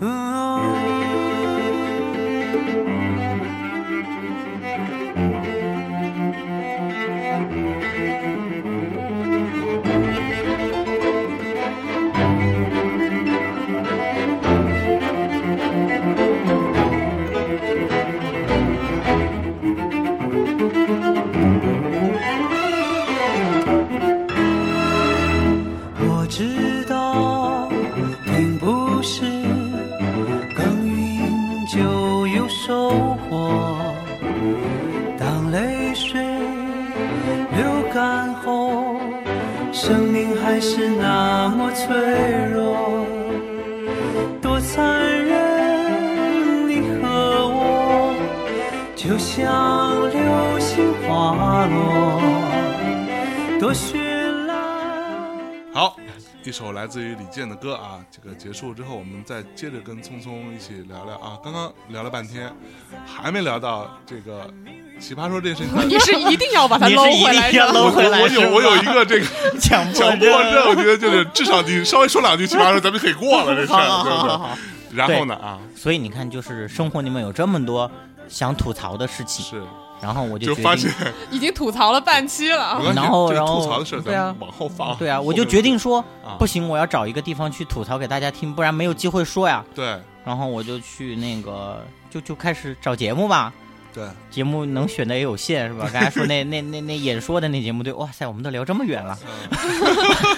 嗯我知道，并不是耕耘就有收获。当泪水流干后，生命还是那么脆弱。多残忍，你和我，就像流星滑落，多绚烂。
好，一首来自于李健的歌啊。这个结束之后，我们再接着跟聪聪一起聊聊啊。刚刚聊了半天，还没聊到这个《奇葩说》这事情。
你是一定要把它
你
搂
是一
回来
定要
的。
搂
我
回来，
我有我有一个这个
强
强迫症，我觉得就是至少你稍微说两句《奇葩说》，咱们可以过了这事
好
儿，
好
对不
好
对
好？好，
然后呢啊，
所以你看，就是生活里面有这么多想吐槽的事情，
是
然后我
就
决
发
定
现，
已经吐槽了半期了
没
啊。
关系
然后
这个
然后
吐槽的事儿
对
咱
啊
们往后 放。
对啊，
后
我就
面
决定说
啊，
不行，我要找一个地方去吐槽给大家听，不然没有机会说呀。
对
然后我就去那个，就就开始找节目吧。
对，
节目能选的也有限，是吧？刚才说 那那那那演说的那节目，对，哇塞，我们都聊这么远了。
嗯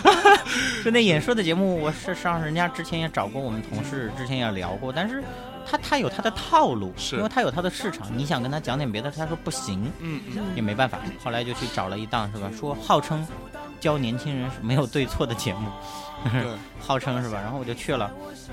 就那演说的节目，我是上人家之前也找过我们同事，之前也聊过，但是他他有他的套路，
是
因为他有他的市场，你想跟他讲点别的，他说不行，
嗯嗯，
也没办法。后来就去找了一档是吧？说号称教年轻人是没有对错的节目，嗯
嗯对，
号称是吧？然后我就去了，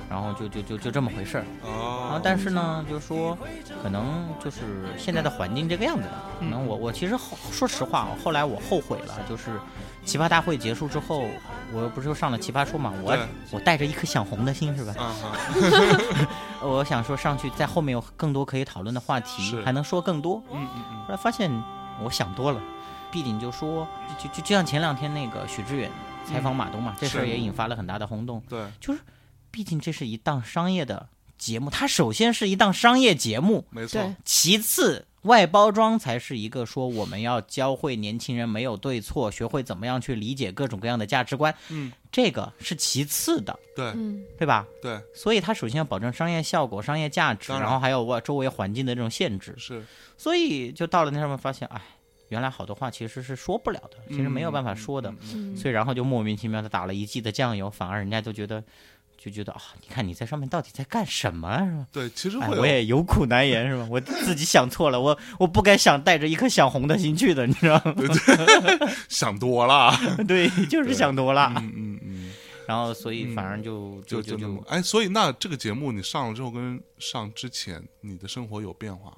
然后就就就就这么回事儿。然后
哦，
但是呢，就是说，可能就是现在的环境这个样子吧。
嗯
可能我我其实后说实话，啊后来我后悔了，就是奇葩大会结束之后，我不是又上了奇葩说嘛，我
对
我带着一颗想红的心是吧？
啊哈，
我想说上去在后面有更多可以讨论的话题
是，
还能说更多。
嗯嗯嗯，
后来发现我想多了，毕竟就说就就就像前两天那个许知远采访马东嘛，这事儿
嗯是
也引发了很大的轰动。
对，
毕竟这是一档商业的节目，它首先是一档商业节目，
没错，
对，
其次，外包装才是一个说我们要教会年轻人没有对错，学会怎么样去理解各种各样的价值观，
嗯，
这个是其次的，
对
嗯，
对吧？
对
所以它首先要保证商业效果、商业价值，
当然
然后还有外周围环境的这种限制，
是，
所以就到了那上面发现，哎，原来好多话其实是说不了的，其实没有办法
嗯
说的，，
嗯嗯
嗯
所以然后就莫名其妙的打了一剂的酱油，反而人家就觉得。就觉得啊，你看你在上面到底在干什么啊，是吧？
对，其实
哎，
会
我
有
也有苦难言是吧？我自己想错了，我我不该想带着一颗想红的心去的，你知道吗？
想多了，
对，就是想多了。
嗯嗯嗯，
然后所以
嗯
反正就
就
就
就那么，哎，所以那这个节目你上了之后，跟上之前你的生活有变化吗？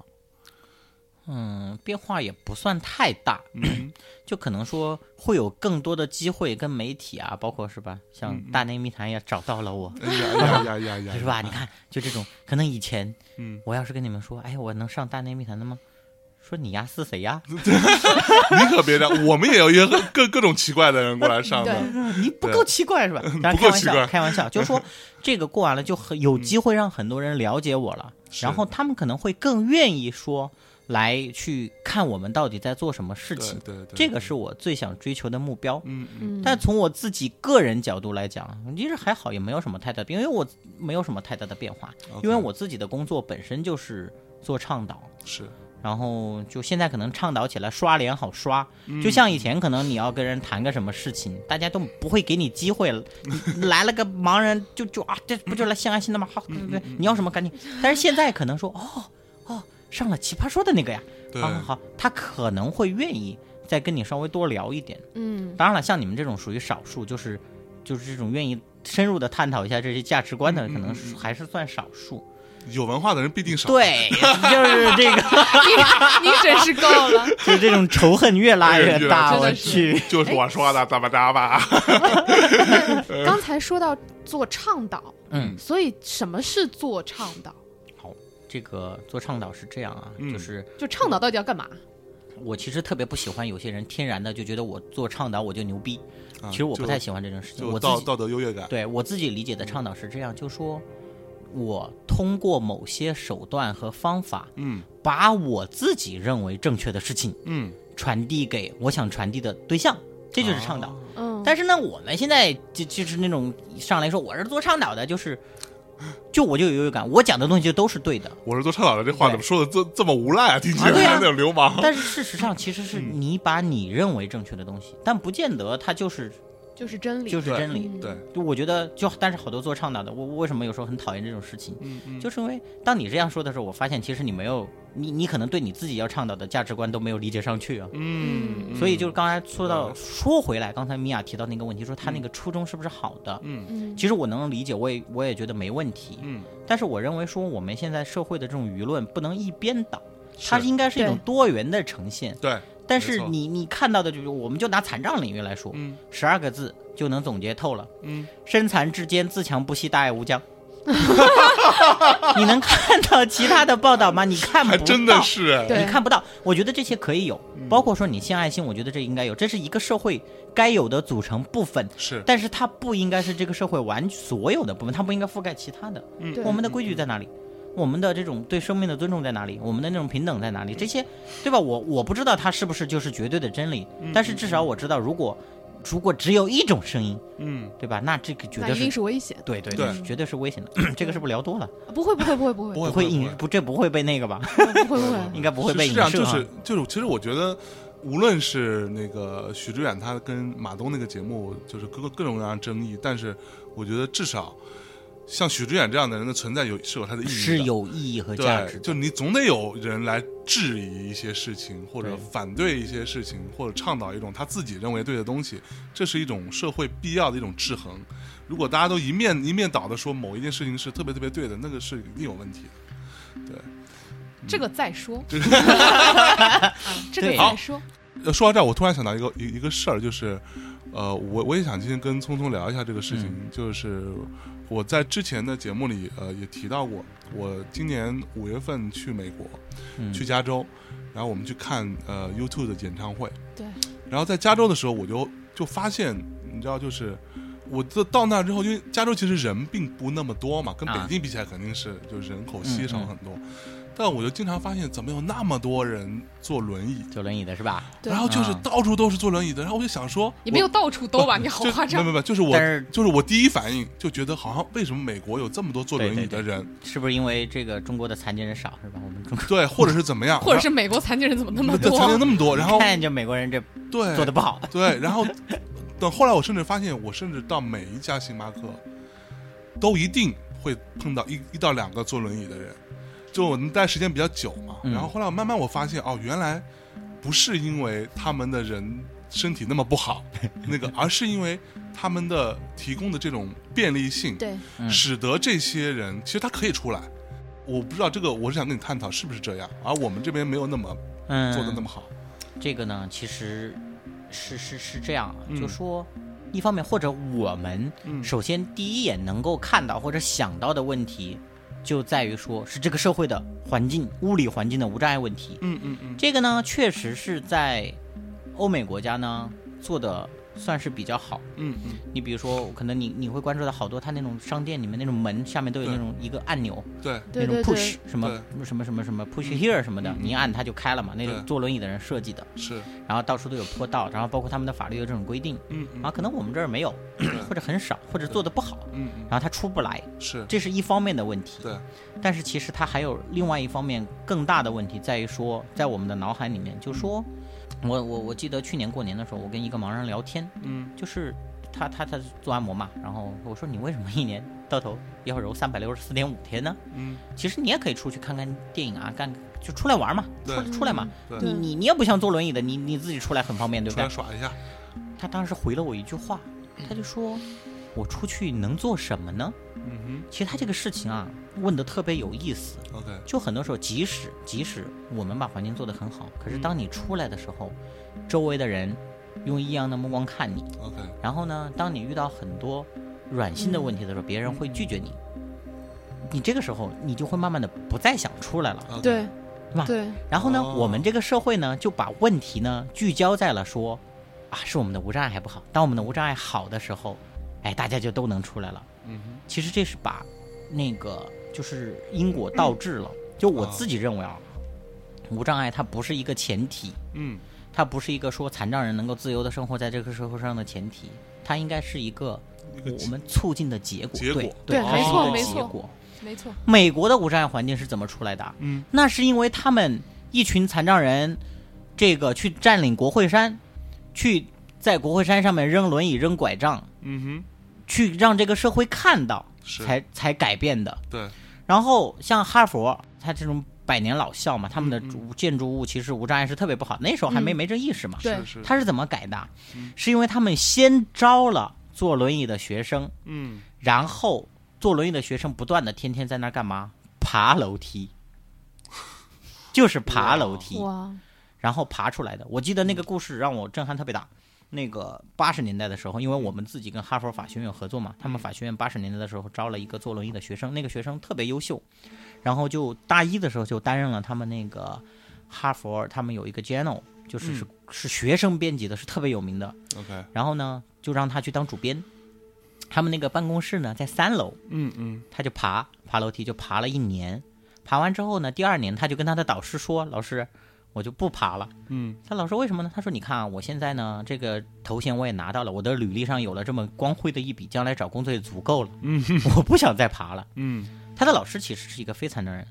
嗯，变化也不算太大，
嗯
就可能说会有更多的机会跟媒体啊，包括是吧，像
嗯嗯
大内密谈也找到了我，
哎呀呀呀呀呀，
是吧？你看，就这种，可能以前
啊嗯，
我要是跟你们说，哎，我能上大内密谈的吗？说你呀是谁呀？
嗯你可别这样，我们也有一个各各种奇怪的人过来上的，
你不够奇怪是吧？当然
嗯不
开
够
玩
奇
笑，
怪
开玩 笑，就是说这个过完了就很有机会让很多人了解我了，
嗯是
然后他们可能会更愿意说来去看我们到底在做什么事
对
情，
对对，
这个是我最想追求的目标。
嗯嗯
嗯，
但从我自己个人角度来讲，其实还好，也没有什么太大的变，因为我没有什么太大的变化，
嗯，OK，
因为我自己的工作本身就是做倡导，
是
然后就现在可能倡导起来刷脸好刷，就像以前可能你要跟人谈个什么事情，大家都不会给你机会了，你来了个盲人就就啊，这不就来献爱心的吗？好，对对对，你要什么赶紧。但是现在可能说哦哦，上了奇葩说的那个呀，
对
好好好，他可能会愿意再跟你稍微多聊一点。
嗯
当然了，像你们这种属于少数，就是就是这种愿意深入的探讨一下这些价值观的，可能是还是算少数。
有文化的人必定少，
对，就是这个。
你你真是够 了。
就这种仇恨越拉越大，
真
我
的是
去，
就是我说的，咋吧咋吧，
刚才说到做倡导，
嗯，
所以什么是做倡导？
这个做倡导是这样啊，
嗯
就是
就倡导到底要干嘛？
我其实特别不喜欢有些人天然的就觉得我做倡导我就牛逼，
啊
其实我
就
不太喜欢这种事情。
就
我自
道
己
道德优越感，
对我自己理解的倡导是这样，就说我通过某些手段和方法，
嗯
把我自己认为正确的事情
嗯，
传递给我想传递的对象，这就是倡导。
啊
嗯，
但是呢，我们现在就就是那种上来说我是做倡导的，就是就我就有优越感，我讲的东西就都是对的。
我是做倡导的，这话
对
怎么说的这这么无赖啊？听起来
啊对啊
有点流氓。
但是事实上，其实是你把你认为正确的东西，但不见得它就是
就是真理，
就是
对
真理。
嗯
对，
就我觉得就，但是好多做倡导的，我我为什么有时候很讨厌这种事情？
嗯嗯，
就是因为当你这样说的时候，我发现其实你没有你你可能对你自己要倡导的价值观都没有理解上去啊。
嗯，
所以就是刚才说到
嗯
说回来，刚才米娅提到那个问题，说她那个初衷是不是好的？
嗯
嗯
其实我能理解，我也我也觉得没问题。
嗯，
但是我认为说我们现在社会的这种舆论不能一边倒，
是
它应该是一种
对
多元的呈现。
嗯对，
但
没
是
错
你你看到的就是，我们就拿残障领域来说，
嗯
十二个字就能总结透了：
嗯，
身残志坚，自强不息，大爱无疆。 你能看到其他的报道吗？你看不
还
到，
真的是嗯哎，
对
你看不到。我觉得这些可以有，包括说你献爱心，我觉得这应该有，这是一个社会该有的组成部分。
是
但是它不应该是这个社会完所有的部分，它不应该覆盖其他的。
嗯
对
我们的规矩在哪里？我们的这种对生命的尊重在哪里？我们的那种平等在哪里？这些，对吧？我我不知道它是不是就是绝对的真理，
嗯
但是至少我知道，如果如果只有一种声音，
嗯，
对吧？那这个绝
那
对
一定
是
是危险的。
对对
对
绝对是危 险的。这个是不是聊多了？
不会不会不会不
不会
会不会
不会
不会
引不这不会被那个吧？
不会
应该不会
是
被
是
影
这样，
射
就
啊
是。就是，其实我觉得，无论是那个许志远他跟马东那个节目，就是各个各种各样的争议，但是我觉得至少像许志远这样的人的存在有是有他的意义的，
是有意义和价值
对，
的。
就你总得有人来质疑一些事情，或者
对
反对一些事情，或者倡导一种他自己认为对的东西，这是一种社会必要的一种制衡。如果大家都一面一面倒的说某一件事情是特别特别对的，那个是一定有问题的。
这个再说，
就是
啊这个
对
再说，
呃，说到这儿，我突然想到一个一一个事儿，就是，呃，我我也想今天跟聪聪聊一下这个事情，
嗯
就是我在之前的节目里，呃，也提到过，我今年五月份去美国，
嗯
去加州，然后我们去看呃 YouTube 的演唱会，
对，
然后在加州的时候，我就就发现，你知道，就是我到到那之后，因为加州其实人并不那么多嘛，跟北
啊嗯
京比起来肯定是、就是人口稀少很多，但我就经常发现，怎么有那么多人坐轮椅？
坐轮椅的是吧？
对
然后就是
啊
到处都是坐轮椅的，然后我就想说，
也没有到处都吧，你好
就
夸张
没。没没，就是我
但是
就是我第一反应就觉得好像为什么美国有这么多坐轮椅的人，
是不是因为这个中国的残疾人少是吧？我们中国
对或者是怎么样，
或者是美国残疾人怎么那么
然后曾经
多？
那么 多，然后
看见美国人这
对
做的不好，
对，然后等后来我甚至发现，我甚至到每一家星巴克，都一定会碰到一一到两个坐轮椅的人。就我们待时间比较久嘛，
嗯
然后后来我慢慢我发现，哦，原来不是因为他们的人身体那么不好，那个，而是因为他们的提供的这种便利性，
对，
嗯
使得这些人其实他可以出来。我不知道这个，我是想跟你探讨是不是这样，而我们这边没有那么
嗯，
做的那么好，
这个呢，其实是是是这样，
嗯
就说一方面或者我们
嗯
首先第一眼能够看到或者想到的问题，就在于说是这个社会的环境、物理环境的无障碍问题。
嗯嗯嗯，
这个呢，确实是在欧美国家呢做的算是比较好。
嗯嗯，
你比如说，可能你你会关注到好多它那种商店里面那种门下面都有
对
那种一个按钮，
对，
对
那种
对对
push，什么什么什么什么 push here 什么的，
嗯
你一按它就开了嘛。那
对
种坐轮椅的人设计的，
是，
然后到处都有坡道，然后包括他们的法律有这种规定
嗯
啊，
嗯
可能我们这儿没有，
对
或者很少，或者做的不好，
嗯嗯，
然后它出不来，
是，
这是一方面的问题。
对，
但是其实它还有另外一方面更大的问题，在于说，在我们的脑海里面，
嗯
就说，我我我记得去年过年的时候，我跟一个盲人聊天，
嗯
就是他他他做按摩嘛，然后我说你为什么一年到头要揉三百六十四点五天呢？
嗯，
其实你也可以出去看看电影啊，干就出来玩嘛，
对
出出来嘛，
对
你你你也不像坐轮椅的，你你自己出来很方便，对不
出来
对？
耍一嗯下，
他当时回了我一句话，他就说，我出去能做什么呢？
嗯
其实他这个事情啊，问的特别有意思。
哼，OK，
就很多时候，即使即使我们把环境做得很好，
嗯
可是当你出来的时候，周围的人用异样的目光看你，
OK，
然后呢，当你遇到很多软性的
嗯
问题的时候，别人会拒绝你。你这个时候，你就会慢慢的不再想出来了。
OK，
对
哇
对
然后呢，
哦
我们这个社会呢，就把问题呢聚焦在了说，啊，是我们的无障碍还不好。当我们的无障碍好的时候，哎，大家就都能出来了。
嗯
其实这是把那个就是因果倒置了。就我自己认为啊，无障碍它不是一个前提，
哼，嗯
它不是一个说残障人能够自由的生活在这个社会上的前提，它应该是一个我们促进的结果。
结果
对
对
它是
没
一个
错没
结
错
果。
没错，
美国的无障碍环境是怎么出来的啊？
嗯
那是因为他们一群残障人，这个去占领国会山，去在国会山上面扔轮椅、扔拐杖，
嗯
去让这个社会看到，
哼，是，
才才改变的。
对，
然后像哈佛，它这种百年老校嘛，他们的
嗯嗯
主建筑物其实无障碍是特别不好，那时候还没
嗯
没这意识嘛。
对
是是，
它是怎么改的
嗯？
是因为他们先招了坐轮椅的学生，
嗯，
然后坐轮椅的学生不断的天天在那儿干嘛？爬楼梯，就是爬楼梯，
哇，
然后爬出来的。我记得那个故事让我震撼特别大。那个八十年代的时候，因为我们自己跟哈佛法学院有合作嘛，他们法学院八十年代的时候招了一个坐轮椅的学生，那个学生特别优秀，然后就大一的时候就担任了他们那个哈佛，他们有一个 journal，就是是、是学生编辑的，是特别有名的。
OK，
然后呢，就让他去当主编。他们那个办公室呢在三楼，
嗯嗯
他就爬爬楼梯，就爬了一年。爬完之后呢，第二年他就跟他的导师说：“老师，我就不爬了。”
嗯，
他老师为什么呢？他说：“你看啊，我现在呢，这个头衔我也拿到了，我的履历上有了这么光辉的一笔，将来找工作也足够了。嗯，我不想再爬了。
嗯，”
他的老师其实是一个非残障人，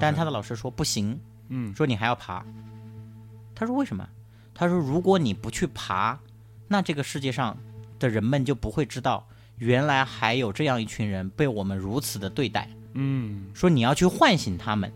但是他的老师说不行，
嗯
说你还要爬。他说为什么？他说如果你不去爬，那这个世界上的人们就不会知道，原来还有这样一群人被我们如此的对待。
嗯
说你要去唤醒他们，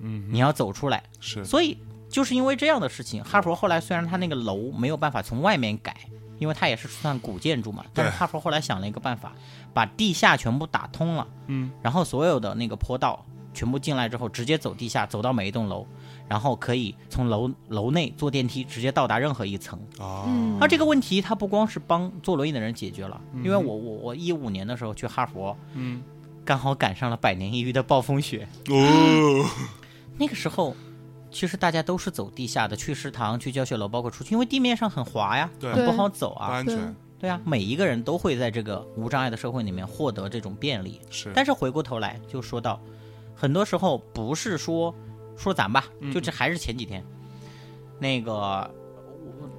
嗯，
你要走出来。
是，
所以就是因为这样的事情，哈佛后来虽然他那个楼没有办法从外面改，因为它也是算古建筑嘛，但是哈佛后来想了一个办法，把地下全部打通了，
嗯，
然后所有的那个坡道全部进来之后，直接走地下，走到每一栋楼，然后可以从楼楼内坐电梯直接到达任何一层。
啊，
嗯
那这个问题，它不光是帮坐轮椅的人解决了，因为我我我一五年的时候去哈佛，
嗯，
刚好赶上了百年一遇的暴风雪。
哦，
那个时候，其实大家都是走地下的，去食堂、去教学楼，包括出去，因为地面上很滑呀，
对
很不好走
不
啊。
安
对
全，
对啊，每一个人都会在这个无障碍的社会里面获得这种便利。
是，
但是回过头来就说到，很多时候不是说说咱吧，就这还是前几天，那个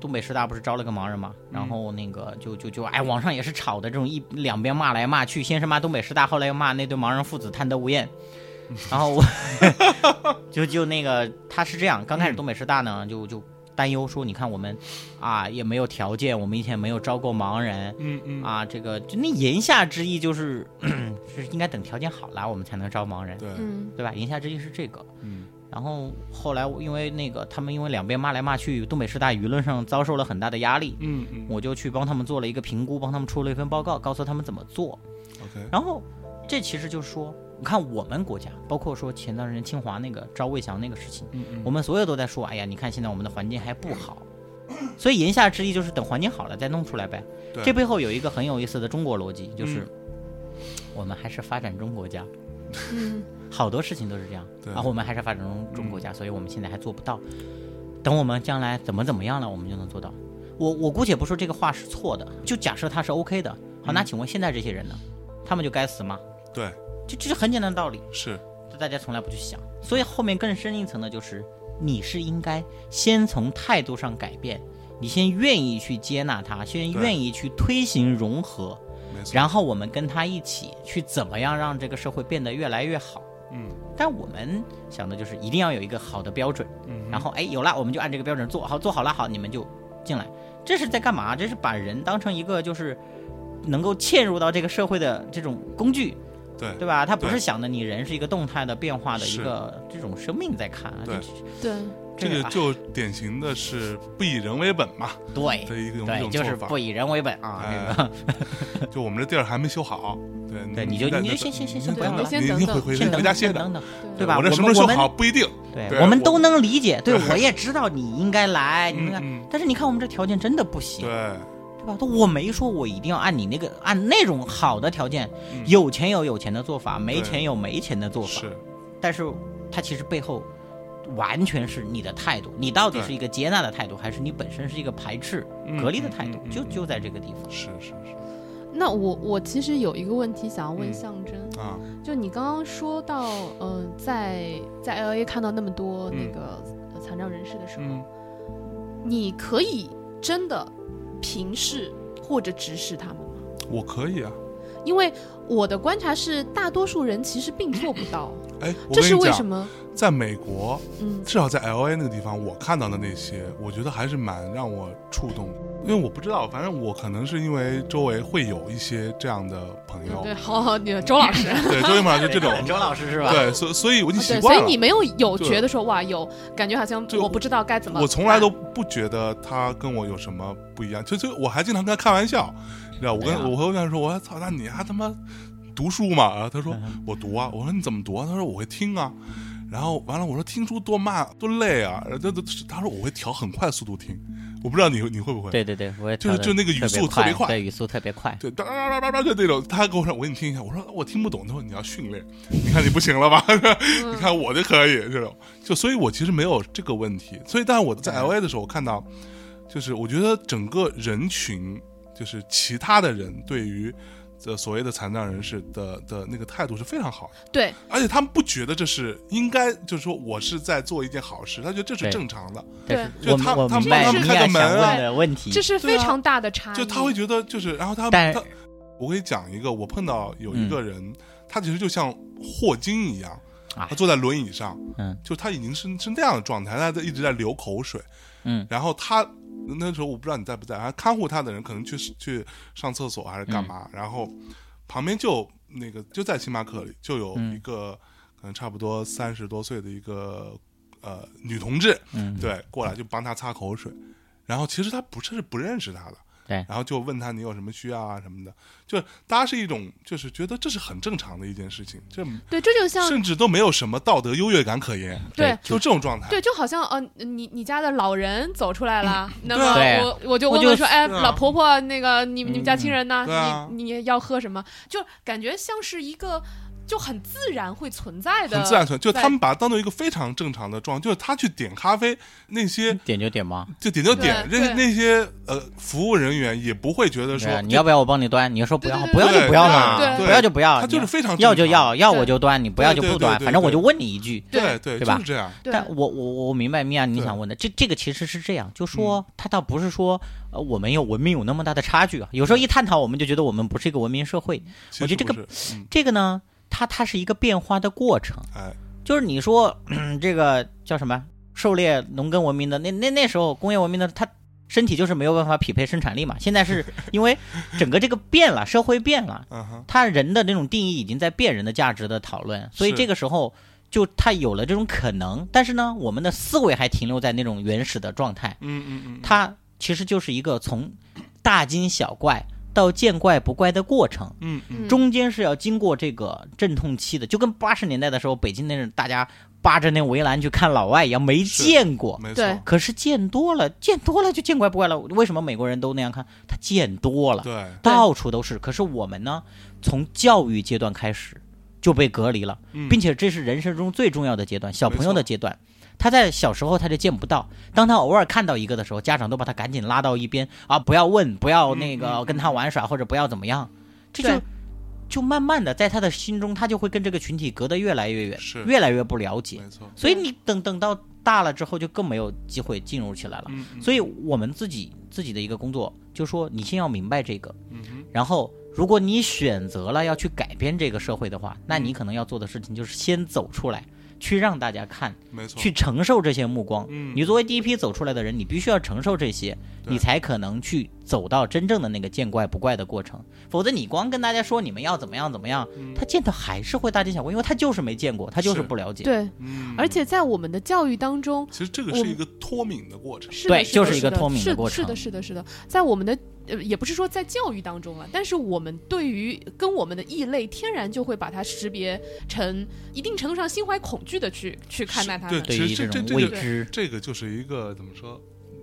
东北师大不是招了个盲人嘛，然后那个就就就哎，网上也是吵的这种一两边骂来骂去，先是骂东北师大，后来又骂那对盲人父子贪得无厌。然后我就就那个他是这样，刚开
嗯
始东北师大呢就就担忧说，你看我们啊也没有条件，我们以前没有招过盲人，
嗯嗯，
啊，这个就那言下之意就是， 是应该等条件好了，我们才能招盲人，
对，
嗯
对吧？言下之意是这个。
嗯
然后后来我因为那个他们因为两边骂来骂去，东北师大舆论上遭受了很大的压力，
嗯嗯
我就去帮他们做了一个评估，帮他们出了一份报告，告诉他们怎么做。
，OK，
然后这其实就说，你看我们国家，包括说前段时间清华那个赵卫翔那个事情，
嗯嗯
我们所有都在说，哎呀，你看现在我们的环境还不好，所以言下之意就是等环境好了再弄出来呗
对。嗯
这背后有一个很有意思的中国逻辑，就是我们还是发展中国家，
嗯，
好多事情都是这样
对嗯
啊，我们还是发展中中国家，所以我们现在还做不到。等我们将来怎么怎么样了，我们就能做到。我我姑且不说这个话是错的，就假设它是 OK 的。好，
嗯
那请问现在这些人呢？他们就该死吗？
对，
这这是很简单的道理。
是
这大家从来不去想。所以后面更深一层的就是，你是应该先从态度上改变，你先愿意去接纳它，先
对
愿意去推行融合，
没错，
然后我们跟他一起去怎么样让这个社会变得越来越好。
嗯，
但我们想的就是一定要有一个好的标准，
嗯哼
然后哎有了我们就按这个标准做好，做好了好你们就进来，这是在干嘛？这是把人当成一个就是能够嵌入到这个社会的这种工具，
对
对吧？他不
对
是想的你人是一个动态的变化的一
是
个这种生命在看，啊，
对
这
对，
嗯这个
哎
就典型的是不以人为本嘛，
对
这一种一
对，
种
就是
做法。
不以人为本啊，
哎
这个
就我们这地儿还没修好，对
对
你
你就
再
你就
再
先先先
你
先
回
等
来
等先
你
等
你
等
回 回
先
回
等
家
等
歇
先等等，
对
对吧？
我这
我
什么
们
时候
我
修好
们
不一定，对
我们
我
都能理解，对我也知道你应该来，你应该
嗯嗯，
但是你看我们这条件真的不哎行，
对
对吧？我没说我一定要按你那个按那种好的条件
嗯，
有钱有有钱的做法，没
对
钱有没钱的做法。
是，
但是它其实背后完全是你的态度，你到底
对
是一个接纳的态度，还是你本身是一个排斥
嗯、
隔离的态度
嗯嗯嗯？
就就在这个地方。，
是是是
那我我其实有一个问题想要问
嗯
象征，
啊，
就你刚刚说到，嗯、在在 L A 看到那么多那
嗯
个呃残障人士的时候，
嗯
你可以真的平视或者直视他们吗？
我可以啊，
因为我的观察是，大多数人其实并做不到，
哎，我
这
跟
是
你
为什
讲，
么？
在美国，
嗯
至少在 L A 那个地方，我看到的那些，我觉得还是蛮让我触动的，因为我不知道，反正我可能是因为周围会有一些这样的朋友，
对，好好，你周老师，
对，周围嘛就这种
周老师是吧？
对，所所以我已经习
哦对，所
惯
以
了
你。没有有
对
觉得说哇，有感觉好像
就
我不知道该怎么办，
我从来都不觉得他跟我有什么不一样，就就我还经常跟他开玩笑，你知道，我跟、
对啊
我和我跟他说，我说操，那你还他妈读书嘛？然后他说我读啊，我说你怎么读啊？他说我会听啊，然后完了我说听书多慢多累啊，然后他他他说我会调很快速度听，我不知道你你会不会？
对对对，我也
就
调
是
得
就那个语速特别快
对语速特别快。
对，哒哒哒哒哒，就那种。他跟我说：“我给你听一下。”我说：“我听不懂。”他说：“你要训练，你看你不行了吧？ 你看我就可以这种。”就所以，我其实没有这个问题。所以，但是我在 L A 的时候，我看到，就是我觉得整个人群，就是其他的人对于这所谓的残障人士的的那个态度是非常好的，
对
而且他们不觉得这是应该，就是说我是在做一件好事，他觉得这是
对
正常的。
但是
对
我
就他
我
他
明白
们
米
开
娅
个门
想
啊
问的问题，
这是非
对啊
常大的差异，
就他会觉得就是，然后他
但嗯
他，我跟你讲一个，我碰到有一个人，他其实就像霍金一样，
哎
他坐在轮椅上，
嗯，
就他已经是是那样的状态，他在一直在流口水，
嗯，
然后他那时候我不知道你在不在，然后看护他的人可能去去上厕所还是
嗯
干嘛，然后旁边就那个就在星巴克里就有
嗯
一个、可能差不多三十多岁的一个呃女同志，
嗯
对，过来就帮他擦口水，然后其实他不是不认识他的。
对
然后就问他你有什么需要啊什么的，就是大家是一种就是觉得这是很正常的一件事情，这
对，这就像
甚至都没有什么道德优越感可言，
对
就这种状态。
对，就好像呃，你你家的老人走出来了，
嗯
那么
对啊
我我就
我
问问
就
说，哎，
是啊
老婆婆，那个你们你们家亲人呢？
对啊
你你要喝什么？就感觉像是一个就很自然会存在的，
很自然存，就
对
他们把它当做一个非常正常的状态，就是他去点咖啡，那些
点就点嘛。
就点就点，
对
那
对
那些呃服务人员也不会觉
对
得说
啊，你要不要我帮你端？你说不要，不要
对
就不要
对
嘛，
对
不要就不要，
他就是非常
要就
正常
要，要
对
我就端，你不要就
啊对
不
对
端，
对
反正我
对
就问你一句。
对对
对
对
就
吧
是这样，
对
但我我我明白米娅你想问的，这这个其实是这样，
嗯
就说他倒不是说呃我们有文明有那么大的差距啊，有时候一探讨我们就觉得我们不是一个文明社会，
其
我觉得
实
这个
不是嗯
这个呢，它它是一个变化的过程，
哎，
就是你说嗯这个叫什么狩猎农耕文明的那那那时候工业文明的它。身体就是没有办法匹配生产力嘛，现在 是因为整个这个变了，社会变了，
嗯哼，
他人的那种定义已经在变人的价值的讨论，所以
是
这个时候就他有了这种可能，但是呢，我们的思维还停留在那种原始的状态，
嗯嗯嗯，
它其实就是一个从大惊小怪到见怪不怪的过程。
嗯嗯，
中间是要经过这个阵痛期的，就跟八十年代的时候北京那阵大家扒着那围栏去看老外一样，没
是
见过。
没错，
嗯对
可是见多了，见多了就见怪不怪了。为什么美国人都那样看？他见多了，
对，
到处都是。可是我们呢，从教育阶段开始就被隔离了，
嗯
并且这是人生中最重要的阶段，小朋友
没
的
错
阶段。他在小时候他就见不到，当他偶尔看到一个的时候，家长都把他赶紧拉到一边啊，不要问，不要那
嗯嗯
个
嗯
跟他玩耍，或者不要怎么样，这就
对
就慢慢的在他的心中，他就会跟这个群体隔得越来越远
是，
越来越不了解。啊
没错，
所以你等等到大了之后，就更没有机会进入起来了。
嗯，嗯
所以我们自己自己的一个工作，就说你先要明白这个，
嗯哼
然后如果你选择了要去改变这个社会的话，
嗯
那你可能要做的事情就是先走出来，去让大家看，
没错，
去承受这些目光。
嗯
你作为第一批走出来的人，你必须要承受这些，
对
你才可能去走到真正的那个见怪不怪的过程。否则你光跟大家说你们要怎么样怎么样，他见到还是会大惊小怪，因为他就是没见过，他就是
嗯是
不了解。
对，
嗯，
而且在我们的教育当中，
其实这个
我
是一个脱敏的过程，
是
对
的，的
就是一
的
个脱敏的
是
过
是的，
程
是的，是的，在我们的呃，也不是说在教育当中啊，但是我们对于跟我们的异类，天然就会把它识别成一定程度上心怀恐惧的去去看待
是
它
对
们。
对
其
于
实
这
这
种
这
未
就
知，
这个就是一个怎么说，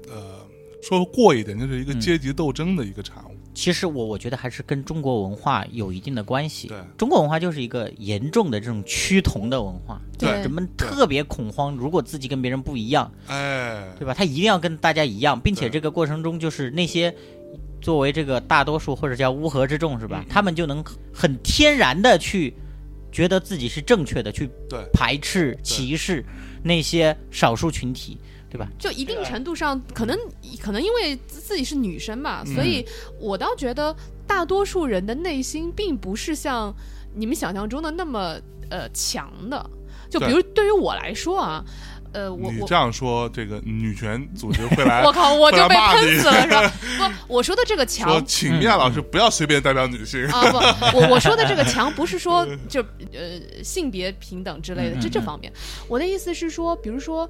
呃，说过一点，就是一个
嗯
阶级斗争的一个产物，
其实我我觉得还是跟中国文化有一定的关系。
对
中国文化就是一个严重的这种趋同的文化，
对
人们
对
特别恐慌，如果自己跟别人不一样，
哎，
对吧？他一定要跟大家一样，并且
对
这个过程中就是那些作为这个大多数或者叫乌合之众是吧？
嗯
他们就能很天然的去觉得自己是正确的，去
对
排斥、歧视那些少数群体，对
啊
吧？
就一定程度上，可能可能因为自自己是女生吧，
嗯
所以我倒觉得大多数人的内心并不是像你们想象中的那么呃强的。就比如对于我来说啊，呃，我
你
我
这样说，这个女权组织会来
我靠，我就
会来
被
骂
喷
你
死了是吧？不，我说的这个
说
强，
请米娅老
嗯
师不要随便代表女性，
啊不，我我说的这个强不是说就呃性别平等之类的
嗯
这这
嗯
方面，我的意思是说，比如说。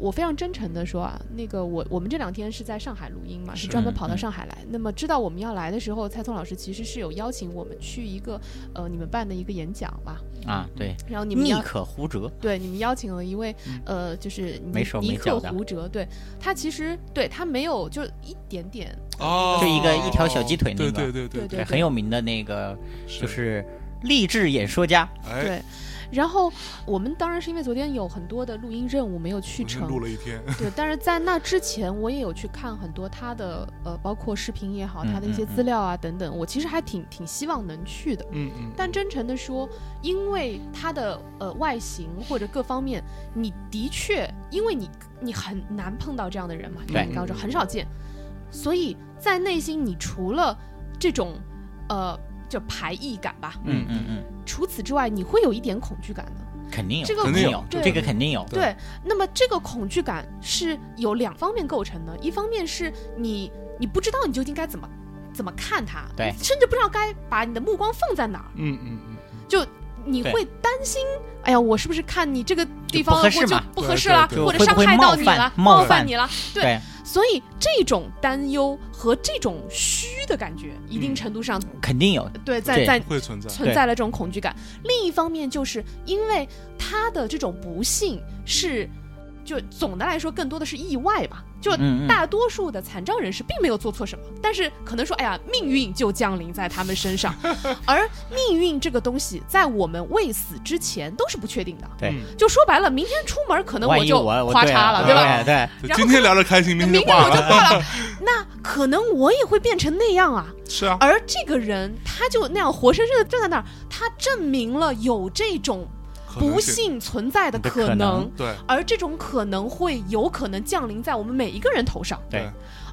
我非常真诚的说啊，那个我我们这两天是在上海录音嘛，是
是
专门
嗯
跑到
嗯
上海来。那么知道我们要来的时候，蔡聪老师其实是有邀请我们去一个呃你们办的一个演讲吧，
嗯
啊，对，
然后你们
宁
要
可胡折，
对，你们邀请了一位、呃，就是尼
嗯没手
尼
没
克
脚的
胡哲，对他其实对他没有就一点点，
哦
就一个一条小鸡腿那个
对对对对，
对对
很有名的那个
是
就是励志演说家，
哎，
对。然后我们当然是因为昨天有很多的录音任务没有去
我是录
成，
了一天，
对。但是在那之前，我也有去看很多他的呃，包括视频也好，
嗯
他的一些
嗯
资料啊等等，我其实还挺挺希望能去的。
嗯嗯，
但真诚的说，因为他的呃外形或者各方面，你的确，因为你你很难碰到这样的人嘛，
对
你高中很少见，所以在内心你除了这种呃就排异感吧，
嗯嗯嗯，
除此之外，你会有一点恐惧感的。
肯定有，
这个
肯
肯
定
定
有
有，
对
这个肯定有，
对
对，那么这个恐惧感是有两方面构成的，一方面是你你不知道你究竟该怎么怎么看它，
对
甚至不知道该把你的目光放在哪儿，
嗯嗯嗯，
就你
对
会担心，哎呀，我是不是看你这个地
就
方
不合适
我就
嘛
不
对
合适
对
啦，
对
或
会
者
不
伤
会
害到
冒
你
犯
了，
冒
冒犯
犯
你了，对，
对
所以这种担忧和这种虚的感觉，一定程度上、
肯定有，
对在
嗯对
在
会存在，
存在了这种恐惧感。另一方面，就是因为他的这种不幸是，就总的来说更多的是意外吧。就
嗯嗯
大多数的残障人士并没有做错什么，但是可能说，哎呀，命运就降临在他们身上。而命运这个东西，在我们未死之前都是不确定的。
对
嗯
就说白了，明天出门可能
万一
就
我我
花
对
叉
啊
了，
对
吧？
对，
对
然后
今天聊得开心，明
明
天
天
就
我
挂
就
了，
挂了，那可能我也会变成那样啊。
是啊，
而这个人他就那样活生生的站在那儿，他证明了有这种
可能
不
性，
幸存在的
的
可
可能
能，
对
而这种可能会有可能降临在我们每一个人头上。
对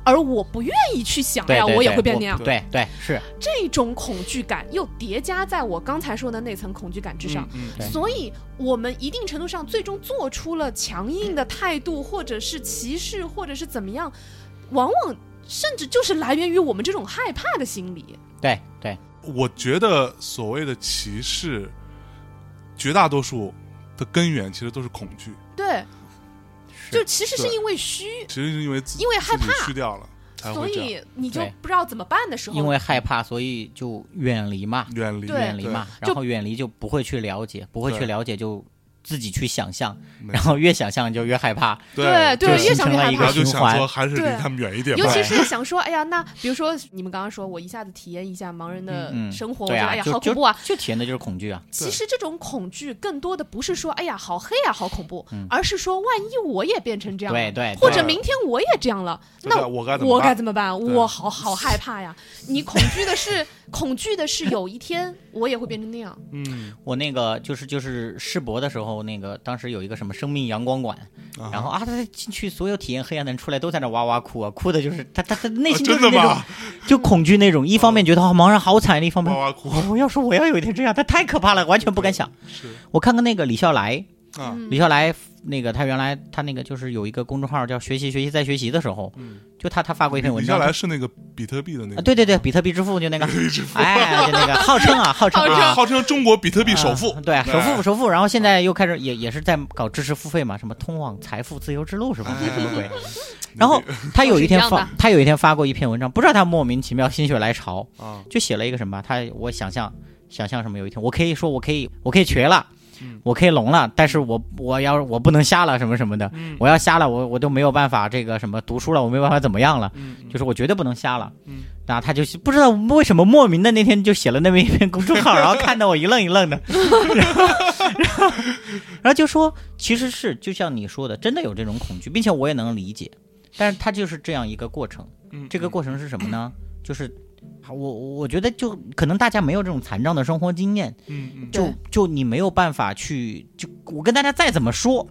而我不愿意去想，哎
对
呀，
对
我也
对
会变那样。
对对是，
这种恐惧感又叠加在我刚才说的那层恐惧感之上，
嗯，
对
所以我们一定程度上最终做出了强硬的态度，或者是歧视，或者是怎么样，往往甚至就是来源于我们这种害怕的心理。
对对
我觉得所谓的歧视，绝大多数的根源其实都是恐惧，
对，
是
就其实是
对
因为虚，
其实是因为自
因为害
自己
怕
虚掉了，才
所
会这样。
以你就
对
不知道怎么办的时候，
因为害怕，所以就远离嘛，
远离，
对
远离嘛，
就
然后远离就不会去了解，不会
对
去了解就自己去想象，
没
然后越想象就越害怕，
对
就
越
形
想
成
越害
了一
然
怕
个
后就
循
想
环
说。还是离
对
他们远一点吧。
尤其是想说，哎呀，那比如说你们刚刚说，我一下子体验一下盲人的
嗯，
生活，我
对
觉得
啊，
哎呀
就
好恐怖啊！
就！就体验的就是恐惧啊，
其实这种恐惧更多的不是说，哎呀好黑啊，好恐怖，而是说万一我也变成这样了，
对对，
或
对
者明天我也这样了，
对
那
我该怎么
我
办
该怎么办？
对
我好好害怕呀！你恐惧的是恐惧的是有一天我也会变成那样，
嗯，
我那个就是就是世博的时候，那个当时有一个什么生命阳光馆，
啊
然后啊，他进去所有体验黑暗的人出来都在那哇哇哭啊，哭的就是他他他内
啊
心就
真
是那
的
种、
吗？
就恐惧那种，一方面觉得啊茫然好惨，另一方面
哇哇哭
我要说我要有一天这样，他太可怕了，完全不敢想。
是
我看看那个李笑来，
啊，
嗯
李笑来那个他原来他那个就是有一个公众号叫“学习学习再学习”的时候，
嗯
就他他发过一篇文
李
章
笑，来是那个比特币的那
啊
个，
对对对，比特币之父就那个，哎，就那个号称啊，号称
啊，
啊。
号称中国比特币首富
啊，对，首
哎
富，首富，然后现在又开始也也是在搞知识付费嘛，什么通往财富自由之路是 吧？什么鬼？啊
嗯
然后 他有一天
都是一
发
样，
他有一天发过一篇文章，不知道他莫名其妙心血来潮，
啊，
就写了一个什么，他我想象想象什么，有一天我可以说我可以我可以瘸了，
嗯
我可以聋了，但是我我要我不能瞎了什么什么的，
嗯
我要瞎了我我都没有办法这个什么读书了，我没有办法怎么样了，就是我绝对不能瞎了。
嗯
然后他就是不知道为什么莫名的那天就写了那么一篇公 众号，然后看得我一愣一愣的， 然后然后然后就说其实是就像你说的，真的有这种恐惧，并且我也能理解，但是它就是这样一个过程。
嗯
这个过程是什么呢？ 就是我我觉得就可能大家没有这种残障的生活经验，
嗯嗯
就
对
就你没有办法去就我跟大家再怎么说，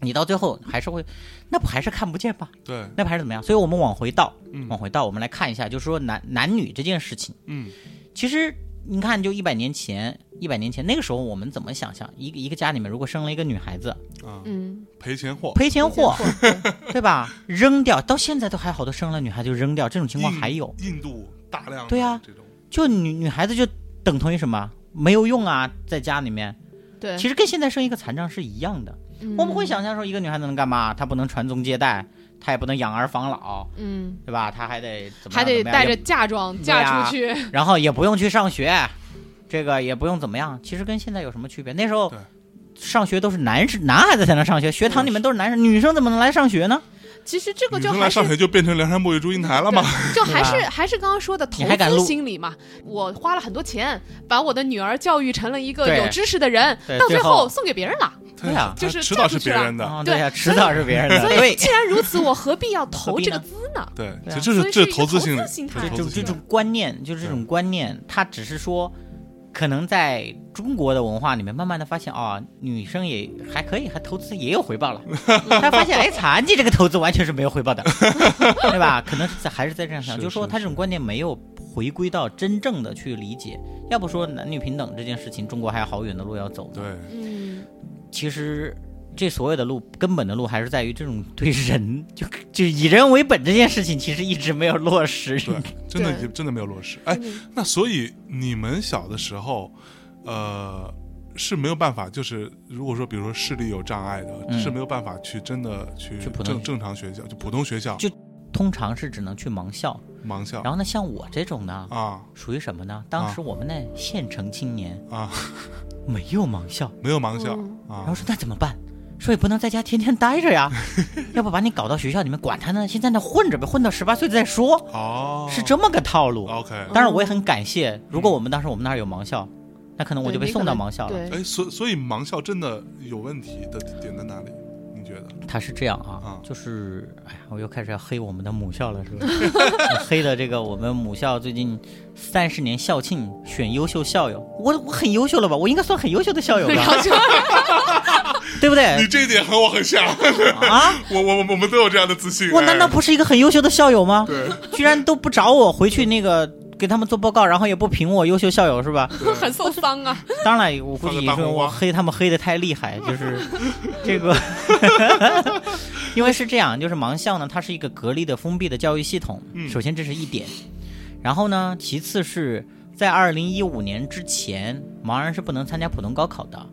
你到最后还是会，那不还是看不见吧？
对，
那不还是怎么样？所以我们往回倒，
嗯
往回倒，我们来看一下，就是说男男女这件事情，
嗯
其实你看，就一百年前，一百年前那个时候我们怎么想象？一个一个家里面如果生了一个女孩子，
啊，
嗯，
赔钱货，
赔钱货，
对
对吧？扔掉，到现在都还好多生了女孩就扔掉，这种情
嗯
况还有。
印度大量的
对啊
这种
就女女孩子就等同于什么没有用啊，在家里面，
对，
其实跟现在生一个残障是一样的。
嗯
我们会，想象说，一个女孩子能干嘛？她不能传宗接代，她也不能养儿防老，
嗯，
对吧？她还得怎么样
还得
怎么样
带着
也
嫁妆
对
嫁
啊
出去，
然后也不用去上学，这个也不用怎么样。其实跟现在有什么区别？那时候
对
上学都是男生男孩子才能上学，学堂里面都是男生，女生怎么能来上学呢？
其实这个
女
就
生
还
来
是
上学就变成梁山伯与祝英台了嘛？
对就还是还是刚刚说的投
你还敢
资
录
心理嘛。我花了很多钱把我的女儿教育成了一个
对
有知识的人，
对
到
最
最
后
后送给别人了。
对啊
她
就是
迟早
嫁出
是
去
别人的，
啊，
对
对呀、迟早是别人的。
所以
对，
既然如此，我何必要
何
投
必
这个
呢
资呢？
对，
对
其
啊
实这
所
是
以是
这
一个
资
投资
心理，
心
这
态
是投
就
资
这
心
种
理，
观念，就是这
嗯
种观念，它只是说，可能在中国的文化里面，慢慢的发现啊、女生也还可以，还投资也有回 报了。他发现，哎，残疾这个投资完全是没有回报的，对吧？可能是在还是在这样想，
是
就是说
是
他这种观念没有回归到真正的去理解。要不说男女平等这件事情，中国还有好远的路要走。
对，
嗯，
其实。这所有的路，根本的路还是在于这种对人，就 就以人为本这件事情，其实一直没有落实。
对，真的
对
也真的没有落实。哎，
嗯
那所以你们小的时候，呃，是没有办法，就是如果说比如说视力有障碍的，
嗯
是没有办法去真的去
去普通
正正常学校，就普通学校
就通常是只能去盲校。
盲校
然后呢，像我这种呢，
啊
属于什么呢？当时我们那县城青年
啊，
没有盲校，
没有盲校
嗯
然后
啊，
说那怎么办？说也不能在家天天待着 呀，要不把你搞到学校里面，管他呢，先在那混着呗，混到十八岁再说，
哦，
是这么个套路。
OK。
当然，我也很感谢，如果我们当时我们那儿有盲校，那可能我
对
就被
你
送
可
到
能
盲校了。
对，
哎，所所以盲校真的有问题的点在哪里？你觉得？
他是这样
啊
啊，就是，哎呀，我又开始要黑我们的母校了，是 吧？黑的这个我们母校最近三十年校庆选优秀校友，我我很优秀了吧？我应该算很优秀的校 友
然后
哎吧，
就
对不
你
对？
这一点和我很 像，
啊，
我我我我们都有这样的自信。
我
哎
难道不是一个很优秀的校友吗？
对？
居然都不找我回去那个给他们做报告，然后也不评我优秀校友是吧？
对
很受伤啊。
当然，我估
放
计
个
也
大
是
红
我
花
黑他们黑的太厉害，就是 这个， 因为是这样，就是盲校呢，它是一个隔离的封闭的教育系统，
嗯
首先这是一点，然后呢，其次是在二零一五年之前，盲人是不能参加普通高考的，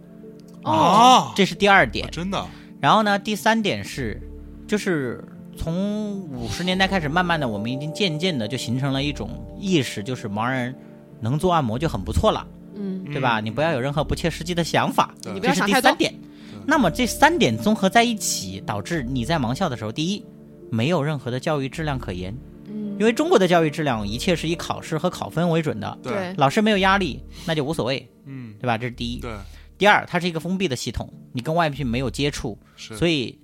哦
这是第二
啊
点。
真的
然后呢，第三点是，就是从五十年代开始，慢慢的我们已经渐渐的就形成了一种意识，就是盲人能做按摩就很不错了，
嗯，
对吧？你不要有任何不切实际的想法，
对你
不
这
要
是
想
第
太多嗯
三点。那么这三点综合在一起，导致你在盲校的时候，第一，没有任何的教育质量可言，
嗯
因为中国的教育质量一切是以考试和考分为准的，
对，
对
老师没有压力，那就无所谓，
嗯，
对吧？这是第一。
对，
第二，它是一个封闭的系统，你跟外界没有接触，
是，
所
以
以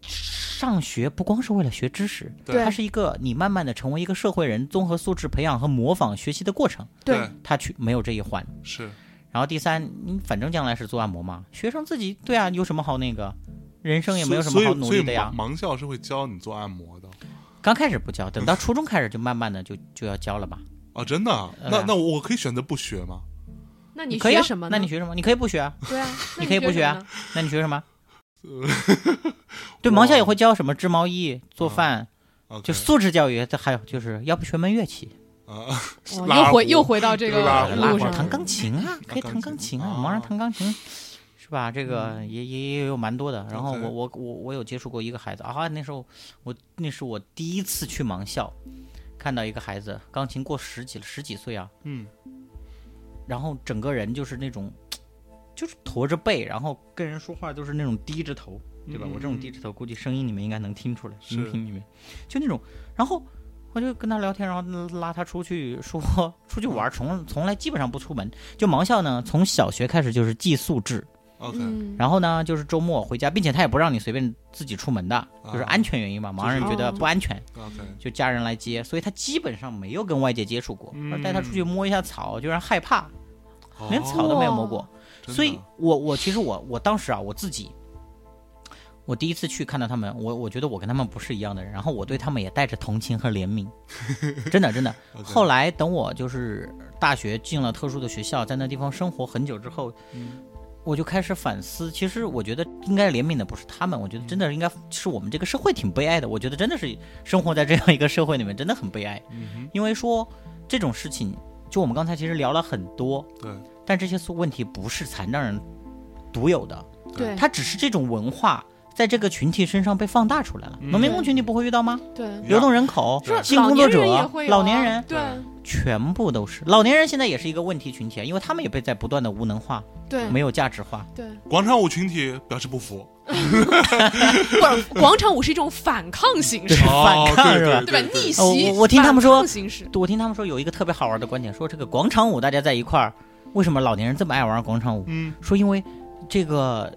上学不光是为了学知识，
对
它是一个你慢慢的成为一个社会人，综合素质培养和模仿学习的过程，
对
对，
它去没有这一环。
是，
然后第三，你反正将来是做按摩嘛，学生自己对啊，有什么好那个，人生也没有什么
所以
好努
所以
力的呀。
盲盲校是会教你做按摩的
刚开始不教，等到初中开始就慢慢的就就要教了吧。
哦，真的啊？
呃
那那我可以选择不学吗？
那你
可以、
学
啊
什么，呢？
那你学什么？你可以不学啊，
对啊，那
你可以不学啊
什么呢
那你学什 么？对，盲校也会教什么织毛衣、做
嗯
饭，
OK，
就素质教育。这还有就是，要不学门乐器，
啊，
哇
拉
哦又回
胡
又回到这个
对吧
呃
拉
拉
胡
路
手
上
弹
了，
钢琴啊，可以
钢
弹钢
琴
琴
嗯
啊，盲
啊
人弹钢琴，是吧？这个也也也有蛮多的。然后
OK
我我我我有接触过一个孩子啊，那时候我那是我第一次去盲校，看到一个孩子钢琴过十几十几岁啊，
嗯，
然后整个人就是那种，就是驼着背，然后跟人说话都是那种低着头，对吧？
嗯
我这种低着头，估计声音你们应该能听出来，
是
音频里面就那种。然后我就跟他聊天，然后拉他出去说 出去玩
嗯
儿，从从来基本上不出门。就盲校呢，从小学开始就是寄宿制，
OK，
嗯，
然后呢就是周末回家，并且他也不让你随便自己出门的，就是
啊
安全原因嘛，盲人觉得
哦
不安全。
OK，
就家人来接，所以他基本上没有跟外界接触过。
嗯
带他出去摸一下草，就让害怕，
哦
连草都没有摸过。
真的
所以我我其实我我当时啊，我自己，我第一次去看到他们，我我觉得我跟他们不是一样的人，然后我对他们也带着同情和怜 悯，真的真的。
OK
后来等我就是大学进了特殊的学校，在那地方生活很久之后，
嗯
我就开始反思，其实我觉得应该怜悯的不是他们，我觉得真的应该是我们这个社会挺悲哀的，我觉得真的是生活在这样一个社会里面真的很悲哀，
嗯
因为说这种事情，就我们刚才其实聊了很多，
哼，对，
但这些素问题不是残障人独有的，
对
它只是这种文化在这个群体身上被放大出来了。
嗯
农民工群体不会遇到吗？
对，
流动人口
是、
性工作者
老年人也、会有啊
老年人，
对
全部都是。老年人现在也是一个问题群体啊，因为他们也被在不断的无能化、
对
没有价值化。
对，
广场舞群体表示不服，
广 广场舞是一种反抗形式，
哦
反抗
对
是吧
对吧？逆
哦
袭，
我我听他们说
反抗形式，
我听他们说有一个特别好玩的观点，说这个广场舞大家在一块儿，为什么老年人这么爱玩广场舞？
嗯，
说因为这个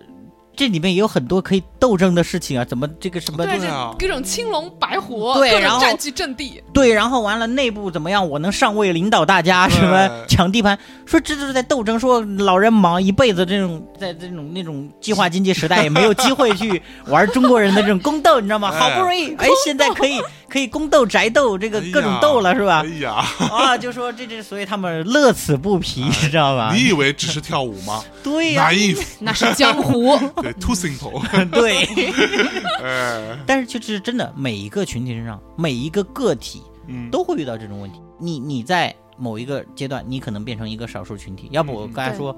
这里面也有很多可以斗争的事情啊，怎么这个什么
对
对啊
这各种青龙白虎，
对
各
然后
种占据阵地，
对，然后完了内部怎么样？我能上位领导大家，
对
什么抢地盘？说这就是在斗争，说老人忙一辈子，这种在这种那种计划经济时代也没有机会去玩中国人的这种宫斗，你知 道吗？
哎
好不容易，哎，现在可以可以宫斗宅斗，这个
哎呀
各种斗了是吧
哎？呀，
啊，就说这这，所以他们乐此不疲，知道吧？
哎你以为只是跳舞吗
啊对呀、
？Naive，
那是江湖。
对 ，too simple，
对。
哎，
但是就是真的，每一个群体身上，每一个个体，
嗯，
都会遇到这种问题。你你在某一个阶段，你可能变成一个少数群体。要不我
嗯
刚才说，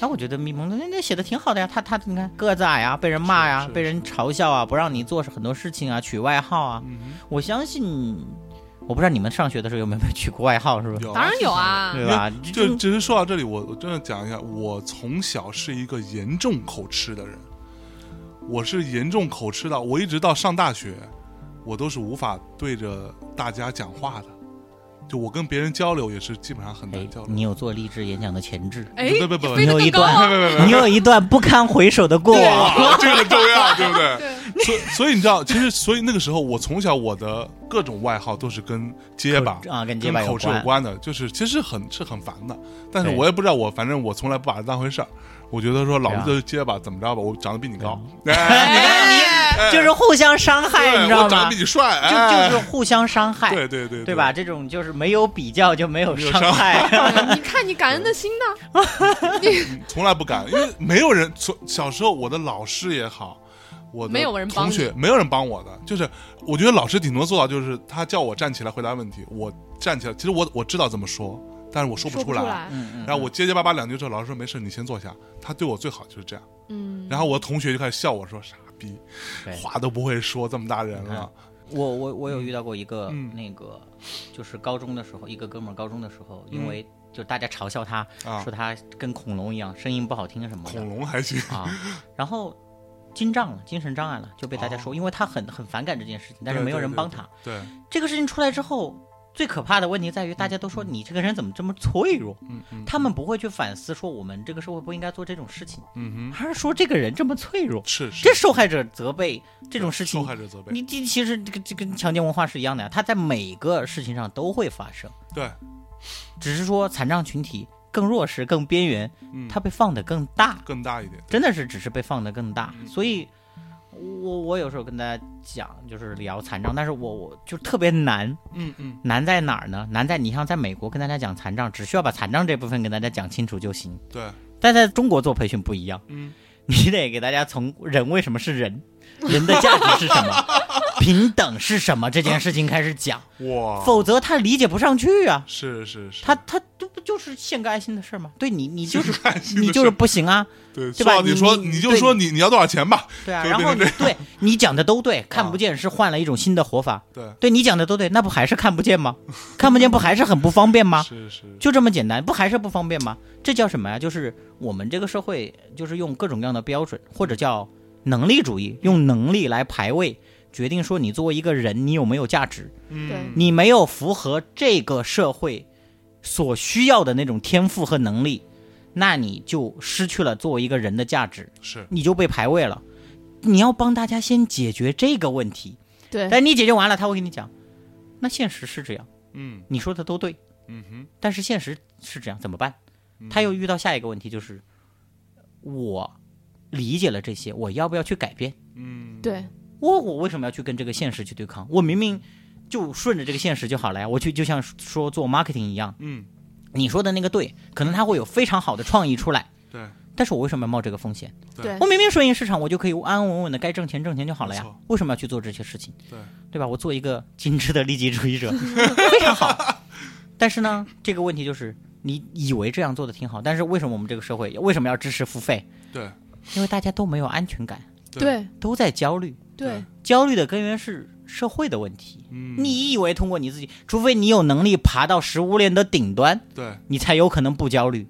哎、我觉得迷蒙那那写的挺好的呀，他他你看个子矮啊，被人骂呀、
是是
被人嘲笑啊，不让你做很多事情啊，取外号啊。
嗯哼
我相信，我不知道你们上学的时候有没有被取过外号，是吧？
有啊
当然有啊，
对吧？
就只是说到这里，我我真的讲一下，我从小是一个严重口吃的人，我是严重口吃到我一直到上大学，我都是无法对着大家讲话的，就我跟别人交流也是基本上很
哎
难交，流。
你有做励志演讲的潜质，
哎，
不不不不
你飞得
你有一
更高
段
啊！
你有一段不堪回首的过往。
哇， 这个很重要，对不对？
对，
所以所以你知道，其实所以那个时候，我从小我的各种外号都是跟结巴
口啊跟结
跟
巴有
口吃有
关
关的，就是其实很是很烦的。但是
对
我也不知道，我反正我从来不把它当回事儿。我觉得说老
对啊
子就是结巴，怎么着吧，我长得比你高，
你
哎
看
哎
你就是互相伤害，
对
你知道
我长
吗
得比？你帅，
就
哎
就是互相伤害。
对对对
对吧？？这种就是没有比较就没有
没有
伤
伤
害。
哎你看你感恩的心呢？
从来不敢，因为没有人从小时候我的老师也好，我的
没有人帮
同
你
学没有人帮我的，就是我觉得老师顶多做到就是他叫我站起来回答问题，我站起来，其实我我知道怎么说，但是我说不
说不
来。
来，
嗯
然后我结结巴巴两句之后，老师说没事，你先坐下。他对我最好就是这样。
嗯，
然后我同学就开始笑我说傻逼
对，
话都不会说，这么大人了。
我我我有遇到过一个、
嗯
那个，就是高中的时候，一个哥们儿高中的时候，因
嗯
为就大家嘲笑他，
啊
说他跟恐龙一样，声音不好听什么的
恐龙还行
啊，然后精障了，精神障碍了，就被大家说，因为他很很反感这件事 情，但是
啊对
没有
对
人
对
帮
对
他。
对，
这个事情出来之后，最可怕的问题在于，大家都说你这个人怎么这么脆弱，
嗯嗯
他们不会去反思说我们这个社会不应该做这种事情，
嗯哼，
而是说这个人这么脆弱，
是是
这受害者责备这种事
受
情
害者责备，
你这其实这个这跟强奸文化是一样的呀，它在每个事情上都会发生，
对，
只是说残障群体更弱势、更边缘，
嗯，
它被放得更大，
更大一点，
真的是只是被放得更大。
嗯
所以我，我有时候跟大家讲，就是聊残障，但是我我就特别难，
嗯嗯
难在哪儿呢？难在你像在美国跟大家讲残障，只需要把残障这部分跟大家讲清楚就行，
对，
但在中国做培训不一样。
嗯
你得给大家从人为什么是人， 人的价值是什 么，平等是什么这件事情开始讲，
哇，
否则他理解不上去啊。
是是是，
他他这不就是献个爱心的事儿吗？对你，你 就是
开心的
你
事
就是不行啊，
对，
对吧
说到你
你
说
你
你就
对
说你你要多少钱吧，
对啊。
就
然后
变
你
成
对哦你讲的都对，看不见是换了一种新的活法。
对，
对你讲的都对，那不还是看不见吗？看不见不还是很不方便吗？
是是，
就这么简单，不还是不方便吗？这叫什么呀？就是我们这个社会，就是用各种各样的标准，或者叫能力主义，用能力来排位，决定说你作为一个人，你有没有价值。
嗯，
你没有符合这个社会所需要的那种天赋和能力，那你就失去了作为一个人的价值，
是
你就被排位了。你要帮大家先解决这个问题，
对，
但你解决完了，他会跟你讲，那现实是这样，
嗯
你说的都对。
嗯哼，
但是现实是这样，怎么办？他又遇到下一个问题，就是我理解了这些，我要不要去改变？
嗯
对，
我我为什么要去跟这个现实去对抗？我明明就顺着这个现实就好了呀。我去就像说做 marketing 一样，
嗯
你说的那个对，可能他会有非常好的创意出来，
对，
但是我为什么要冒这个风险？
对
我明明顺应市场，我就可以安安稳稳的该挣钱挣钱就好了呀
没错，
为什么要去做这些事情？
对
对吧？我做一个精致的利己主义 者，非常好。但是呢，这个问题就是你以为这样做的挺好，但是为什么我们这个社会为什么要支持付费？
对
因为大家都没有安全感，
对
都在焦虑。
对，
焦虑的根源是社会的问题。
嗯
你以为通过你自己，除非你有能力爬到食物链的顶端，
对
你才有可能不焦虑。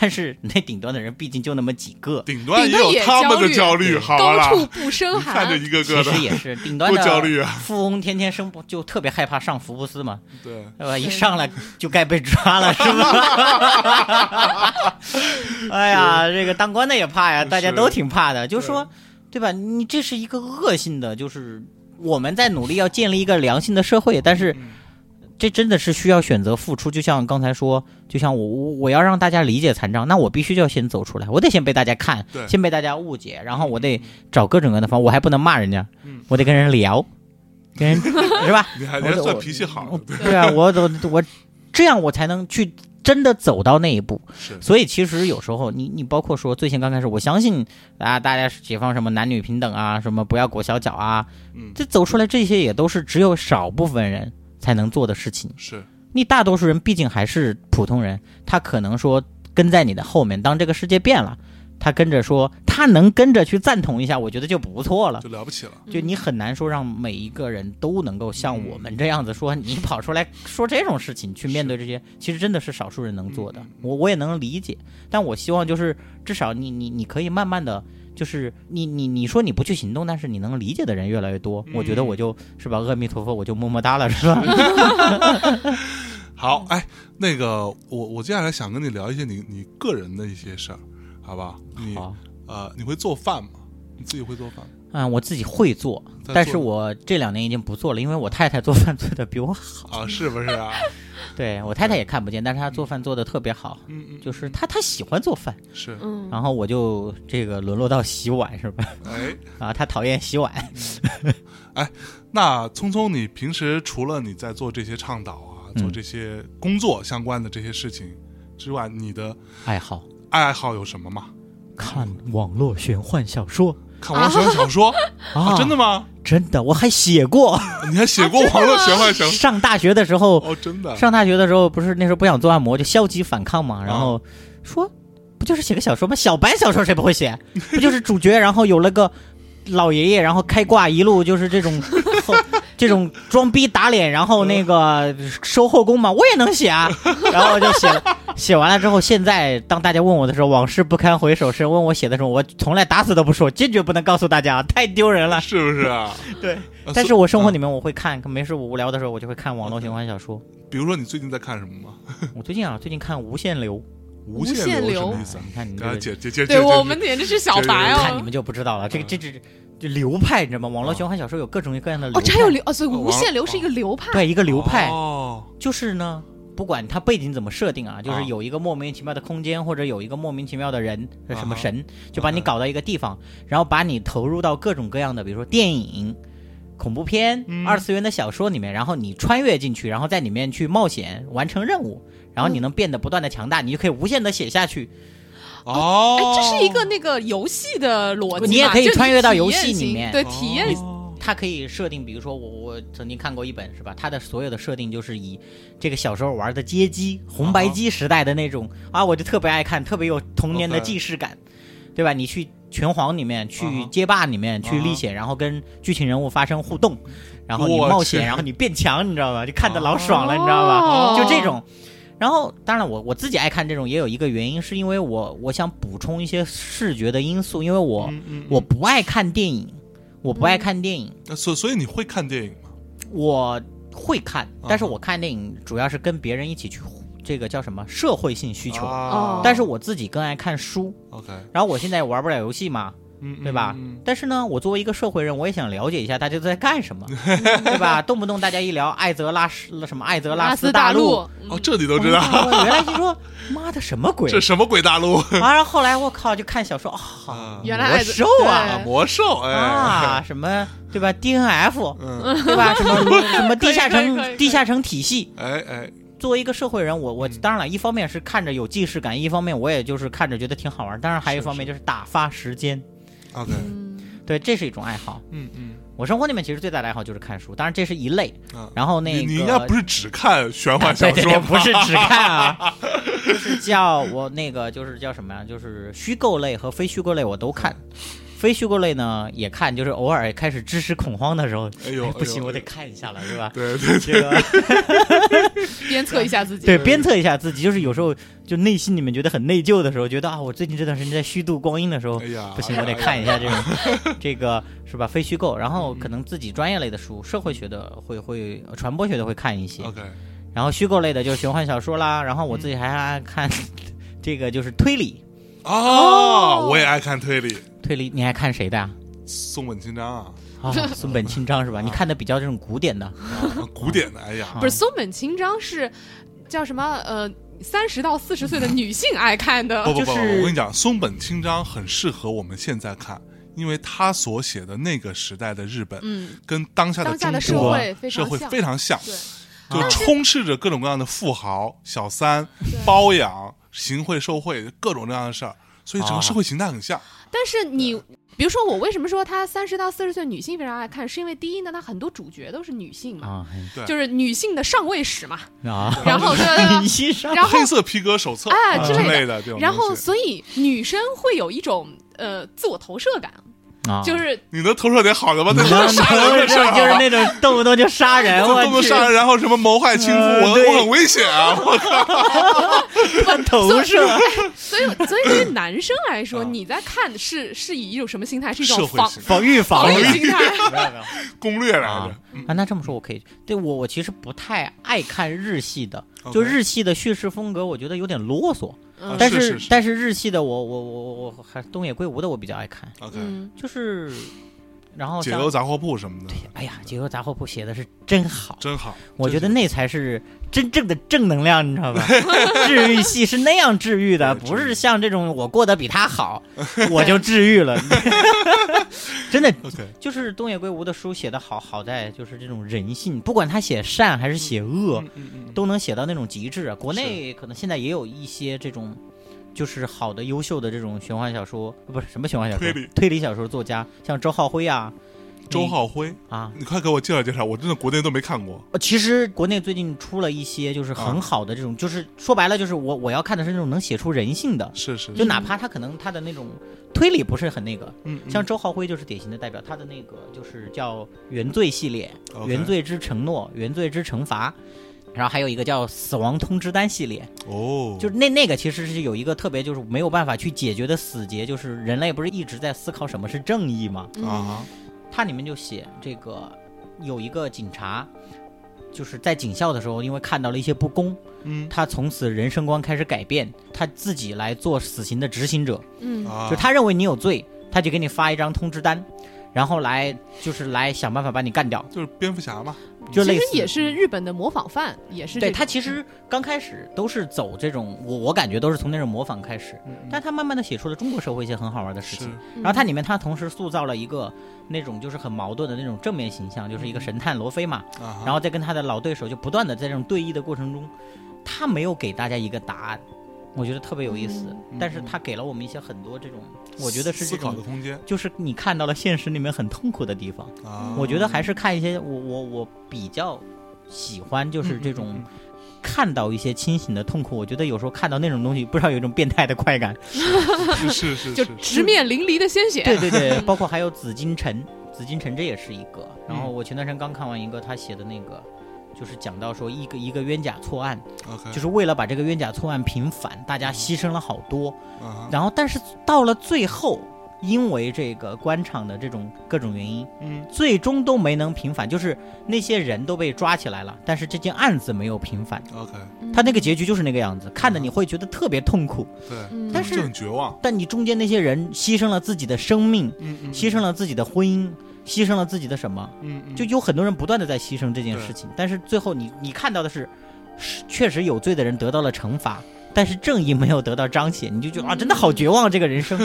但是那顶端的人毕竟就那么几个，
顶端
顶
也
端
有
也
他们
焦
的
虑
焦虑，好
高
啦，
处不胜
你看这
寒，
一个
其
个的
实，也是顶端
多
的
焦虑啊，
富翁天天生不就特别害怕上福布斯嘛，
对，
对吧？一
是
上来就该被抓了，是吧？ 哎呀，这个当官的也怕呀，大家
是
都挺怕的，就说对吧？你这是一个恶性的，就是我们在努力要建立一个良性的社会，但是
嗯
这真的是需要选择付出。就像刚才说，就像我我我要让大家理解残障，那我必须就要先走出来，我得先被大家看
对，
先被大家误解，然后我得找各种各样的方法，我还不能骂人家，我得跟人聊，跟人是吧？
你还你
我
还
得
算
我
脾气好
我
的，
对啊，我我我这样我才能去真的走到那一步。
是
所以其实有时候你你包括说最先刚开始，我相信啊，大家解放什么男女平等啊，什么不要裹小脚啊，
嗯
这走出来这些也都是只有少部分人才能做的事情。
是，
你大多数人毕竟还是普通人，他可能说跟在你的后面，当这个世界变了。他跟着说，他能跟着去赞同一下，我觉得就不错了。
就了不起
嗯
了，
就你很难说让每一个人都能够像我
嗯
们这样子说，你跑出来说这种事情去面对这些，其实真的是少数人能做的
嗯嗯。
我我也能理解，但我希望就是至少你你你可以慢慢的。就是你你你说你不去行动，但是你能理解的人越来越多，
嗯
我觉得我就是吧，阿弥陀佛，我就么么哒了，是吧？
好，哎，那个我我接下来想跟你聊一些你你个人的一些事儿，好吧？你
好，
呃，你会做饭吗？你自己会做饭吗？
嗯，我自己会做，
在
但
做
是我这两年已经不做了，因为我太太做饭做的比我好，
啊，是不是啊？
对我太太也看不见，但是她做饭做的特别好，
嗯嗯，
就是她她喜欢做饭，
是，
嗯，
然后我就这个沦落到洗碗是吧？
哎，
啊，他讨厌洗碗。
那聪聪，你平时除了你在做这些倡导啊，
嗯
做这些工作相关的这些事情之外，你的
爱好
爱好有什么吗？
看网络玄幻小说
看王小小说
啊
真的吗？
真的，我还写 过。
你还写过网络玄幻小说？
上大学的时候，
哦，真的，
上大学的时候不是那时候不想做按摩，就消极反抗嘛，然后说不就是写个小说吗？ 小白小说 谁不会写？不就是主角然后有了个。老爷爷，然后开挂，一路就是这种 后这种装逼打脸，然后那个收后宫嘛，我也能写啊。 然后我就写了，写完了之后，现在当大家问我的时候，往事不堪回首是问我写的时候，我从来打死都不说，坚决不能告诉大家，太丢人了。
是不是啊？
对，
呃
但是
所
我生活里面我会看，没事我无聊的时候我就会看网络循环小说。
比如说你最近在看什么吗？
我最近啊，最近看《无限流》，
无
限
限
流
什么意思
哎
啊？
你看你
刚
这
才
个
解解解
对
解
我
解
们简直是小白
这个
看你
哦
们。就不知道了。这个这这这这流派你知道吗？网络循环小说有各种各样的流
哦，
派。
这还有流哦，所以
哦
无
王
限流是一个流派。
对一个流派，
哦，
就是呢，不管它背景怎么设定啊，就是
啊
有一个莫名其妙的空间，或者有一个莫名其妙的人，呃
啊哈
什么神，就把你
OK
搞到一个地方，然后把你投入到各种各样的，比如说电影。恐怖片、
嗯
二次元的小说里面，然后你穿越进去，然后在里面去冒险，完成任务，然后
嗯
你能变得不断的强大，你就可以无限的写下去。
哦
哎，，这是一个那个游戏的逻辑吧，
哦你也可以
就是
穿越到
体
游
验
戏里
型
面
对，体验型
哦
它可以设定，比如说我我曾经看过一本是吧，它的所有的设定就是以这个小时候玩的街机、红白机时代的那种啊，我就特别爱看，特别有童年的
OK
既视感，对吧？你去拳皇里面，
啊
去
哈
街霸里面去
啊哈
历险，然后跟剧情人物发生互动，然后你
我
冒
去
险，然后你变强，你知道吧？就看得老爽了，你知道吧？
哦
就这种。然后，当然我我自己爱看这种，也有一个原因，是因为我我想补充一些视觉的因素，因为我、
嗯嗯嗯
我不爱看电影，我不爱看电影，
那所所以你会看电影吗？
我会看，
哈
但是我看电影主要是跟别人一起去，这个叫什么社会性需求。
哦
啊
但是我自己更爱看书，
OK，
然后我现在也玩不了游戏嘛，
嗯
对吧？
嗯
但是呢，我作为一个社会人，我也想了解一下大家都在干什 么，对吧？动不动大家一聊艾泽哦拉什什么艾泽
拉
斯
大
陆，，
嗯
嗯
哦，这你都
我
知道，
我原来就说妈的什么鬼
这什么鬼大陆
啊！然后后来我靠，就看小说啊
啊，
原来
魔
艾泽
兽
啊？
啊
对
魔兽
啊，
哎，
什么对吧？D N F
嗯，
对吧？什么什么地下
可以可以可以可
城
以
地下城体系，
哎哎，
作为一个社会人，我我
嗯
当然了，一方面是看着有既视感，一方面我也就是看着觉得挺好玩，当然还有一方面就是打发时间，
OK，
嗯
对，这是一种爱好。
嗯嗯，
我生活里面其实最大的爱好就是看书，当然这是一类。
啊
然后那
你
个啊
你应该不是只看玄幻小
对对
说
对，
吧，
不是只看啊， 就是叫我那个就是叫什么呀、就是虚构类和非虚构类我都看。非虚构类呢也看，就是偶尔开始知识恐慌的时候，
哎呦
不行，
哎呦
我得看一下了，是吧？
对对对，
这个。
鞭策一下自己。
对，鞭策一下自己，就是有时候就内心里面觉得很内疚的时候，觉得啊，我最近这段时间在虚度光阴的时候
哎，呀，
不行，我得看一下这 种这个是吧？非虚构，然
嗯
后可能自己专业类的书，社会学的会会传播学的会看一些，
OK，
然后虚构类的就是玄幻小说啦，然
嗯
后我自己还爱看这个就是推理，
哦，我也爱看推理，
推理你还看谁的啊？
松本清张啊，
啊，松本清张是 吧？你看的比较这种古典的，
啊古典的，哎呀
啊
不是松本清张是叫什么？呃，三十到四十岁的女性爱看的
不。不不，
啊就
不
是
我跟你讲，松本清张很适合我们现在看，因为他所写的那个时代的日本，
嗯，
跟当下的
当
中
下
国
的社会非
啊社
常
会
像。嗯
非常像，
对，
就充斥着各种各样的富豪、小三、包养、行贿受贿各种这样的事儿，所以整个社会形态很像。
但是你。比如说，我为什么说她三十到四十岁女性非常爱看，是因为第一呢，她很多主角都是女性嘛，
啊
对
就是女性的上位史嘛。
啊，
然后对对对
你欣赏
然后
黑色皮革手册
哎
啊
之
之
类的
的这种东西，
然后，所以女生会有一种呃自我投射感，
啊，
就是
你能投射点好的吗？那
能
都是杀人的
能
事儿，
就是那种动不动就杀人，
好吧
我
动不动
去
杀人，然后什么谋害亲夫，
呃
我
对
我很危险啊！我
投射，
所以所以对于男生来说，
啊
你在看是是以一种什么心态？是一 种
社会
防
性
防御防御
防御心态。
没有没有
攻略来
啊
着，嗯
啊，那这么说我可以，对我我其实不太爱看日系的，就
OK
日系的叙事风格，我觉得有点啰嗦。
啊
嗯
但
是是是
但是日系的我我我我我还东野圭吾的我比较爱看，
OK，
嗯，
就是然后
解
像
忧杂货铺什么的，
哎呀，解忧杂货铺写的是真好，
真好。
我觉得
真是
那才是真正的正能量，你知道吧？ 治愈系是那样治愈的，
对
不
治
是
愈
像这种我过得比他好，我就治愈 了。 真的
OK，
就是东野圭吾的书写的好，好在就是这种人性，不管他写善还是写恶，
嗯嗯嗯
都能写到那种极致啊。国内可能现在也有一些这种。就是好的、优秀的这种玄幻小说，不是什么玄幻小说，
推理
小说作家，像周浩辉啊，
周浩辉，
啊。
你快给我介绍介绍，我真的国内都没看过。
呃其实国内最近出了一些就是很好的这种，就是说白了就是我我要看的是那种能写出人性的，
是是，
就哪怕他可能他的那种推理不是很那个，
嗯，嗯
像周浩辉就是典型的代表，他的那个就是叫《原罪》系列，《
OK
原罪之承诺》《原罪之惩罚》，然后还有一个叫《死亡通知单》系列，
哦，
就是那那个其实是有一个特别就是没有办法去解决的死结，就是人类不是一直在思考什么是正义吗？
啊哈，
它里面就写这个有一个警察。就是在警校的时候，因为看到了一些不公，
嗯
他从此人生观开始改变，他自己来做死刑的执行者。
嗯
啊，
就他认为你有罪，他就给你发一张通知单，然后来就是来想办法把你干掉，
就是蝙蝠侠嘛，
就
其
类
实
似
也是日本的模仿犯，也是
对
这种
他
嗯
其实刚开始都是走这种，我我感觉都是从那种模仿开始，但他慢慢的写出了中国社会一些很好玩的事
嗯是
情。然后
嗯
它里面他同时塑造了一个那种就是很矛盾的那种正面形象，就是一个神探罗非嘛，
嗯啊哈，
然后再跟他的老对手就不断的在这种对弈的过程中，他没有给大家一个答案。我觉得特别有意思，
嗯
但是他给了我们一些很多这种，我觉得是这
思考
种
的空间
就是你看到了现实里面很痛苦的地方。
嗯
啊，
我觉得还是看一些我我我比较喜欢，就是这种看到一些清醒的痛苦。我觉得有时候看到那种东西，不知道有一种变态的快感。
是 是是
就是直面淋漓的鲜血。
对对对，包括还有紫禁城，紫禁城这也是一个。然后我前段时间刚看完一个他写的那个。就是讲到说一个一个冤假错案，
，OK，
就是为了把这个冤假错案平反，大家牺牲了好多。
啊哈，
然后，但是到了最后，因为这个官场的这种各种原因，
嗯
最终都没能平反，就是那些人都被抓起来了，但是这件案子没有平反。
，OK，
他那个结局就是那个样子，看的你会觉得特别痛苦，
对，
嗯，
但是
就很绝望，
但你中间那些人牺牲了自己的生命，
嗯嗯，
牺牲了自己的婚姻，牺牲了自己的什么，
嗯，嗯
就有很多人不断的在牺牲这件事情，但是最后你你看到的是，是确实有罪的人得到了惩罚，但是正义没有得到彰显，你就觉
嗯
得啊，真的好绝望这个人 生。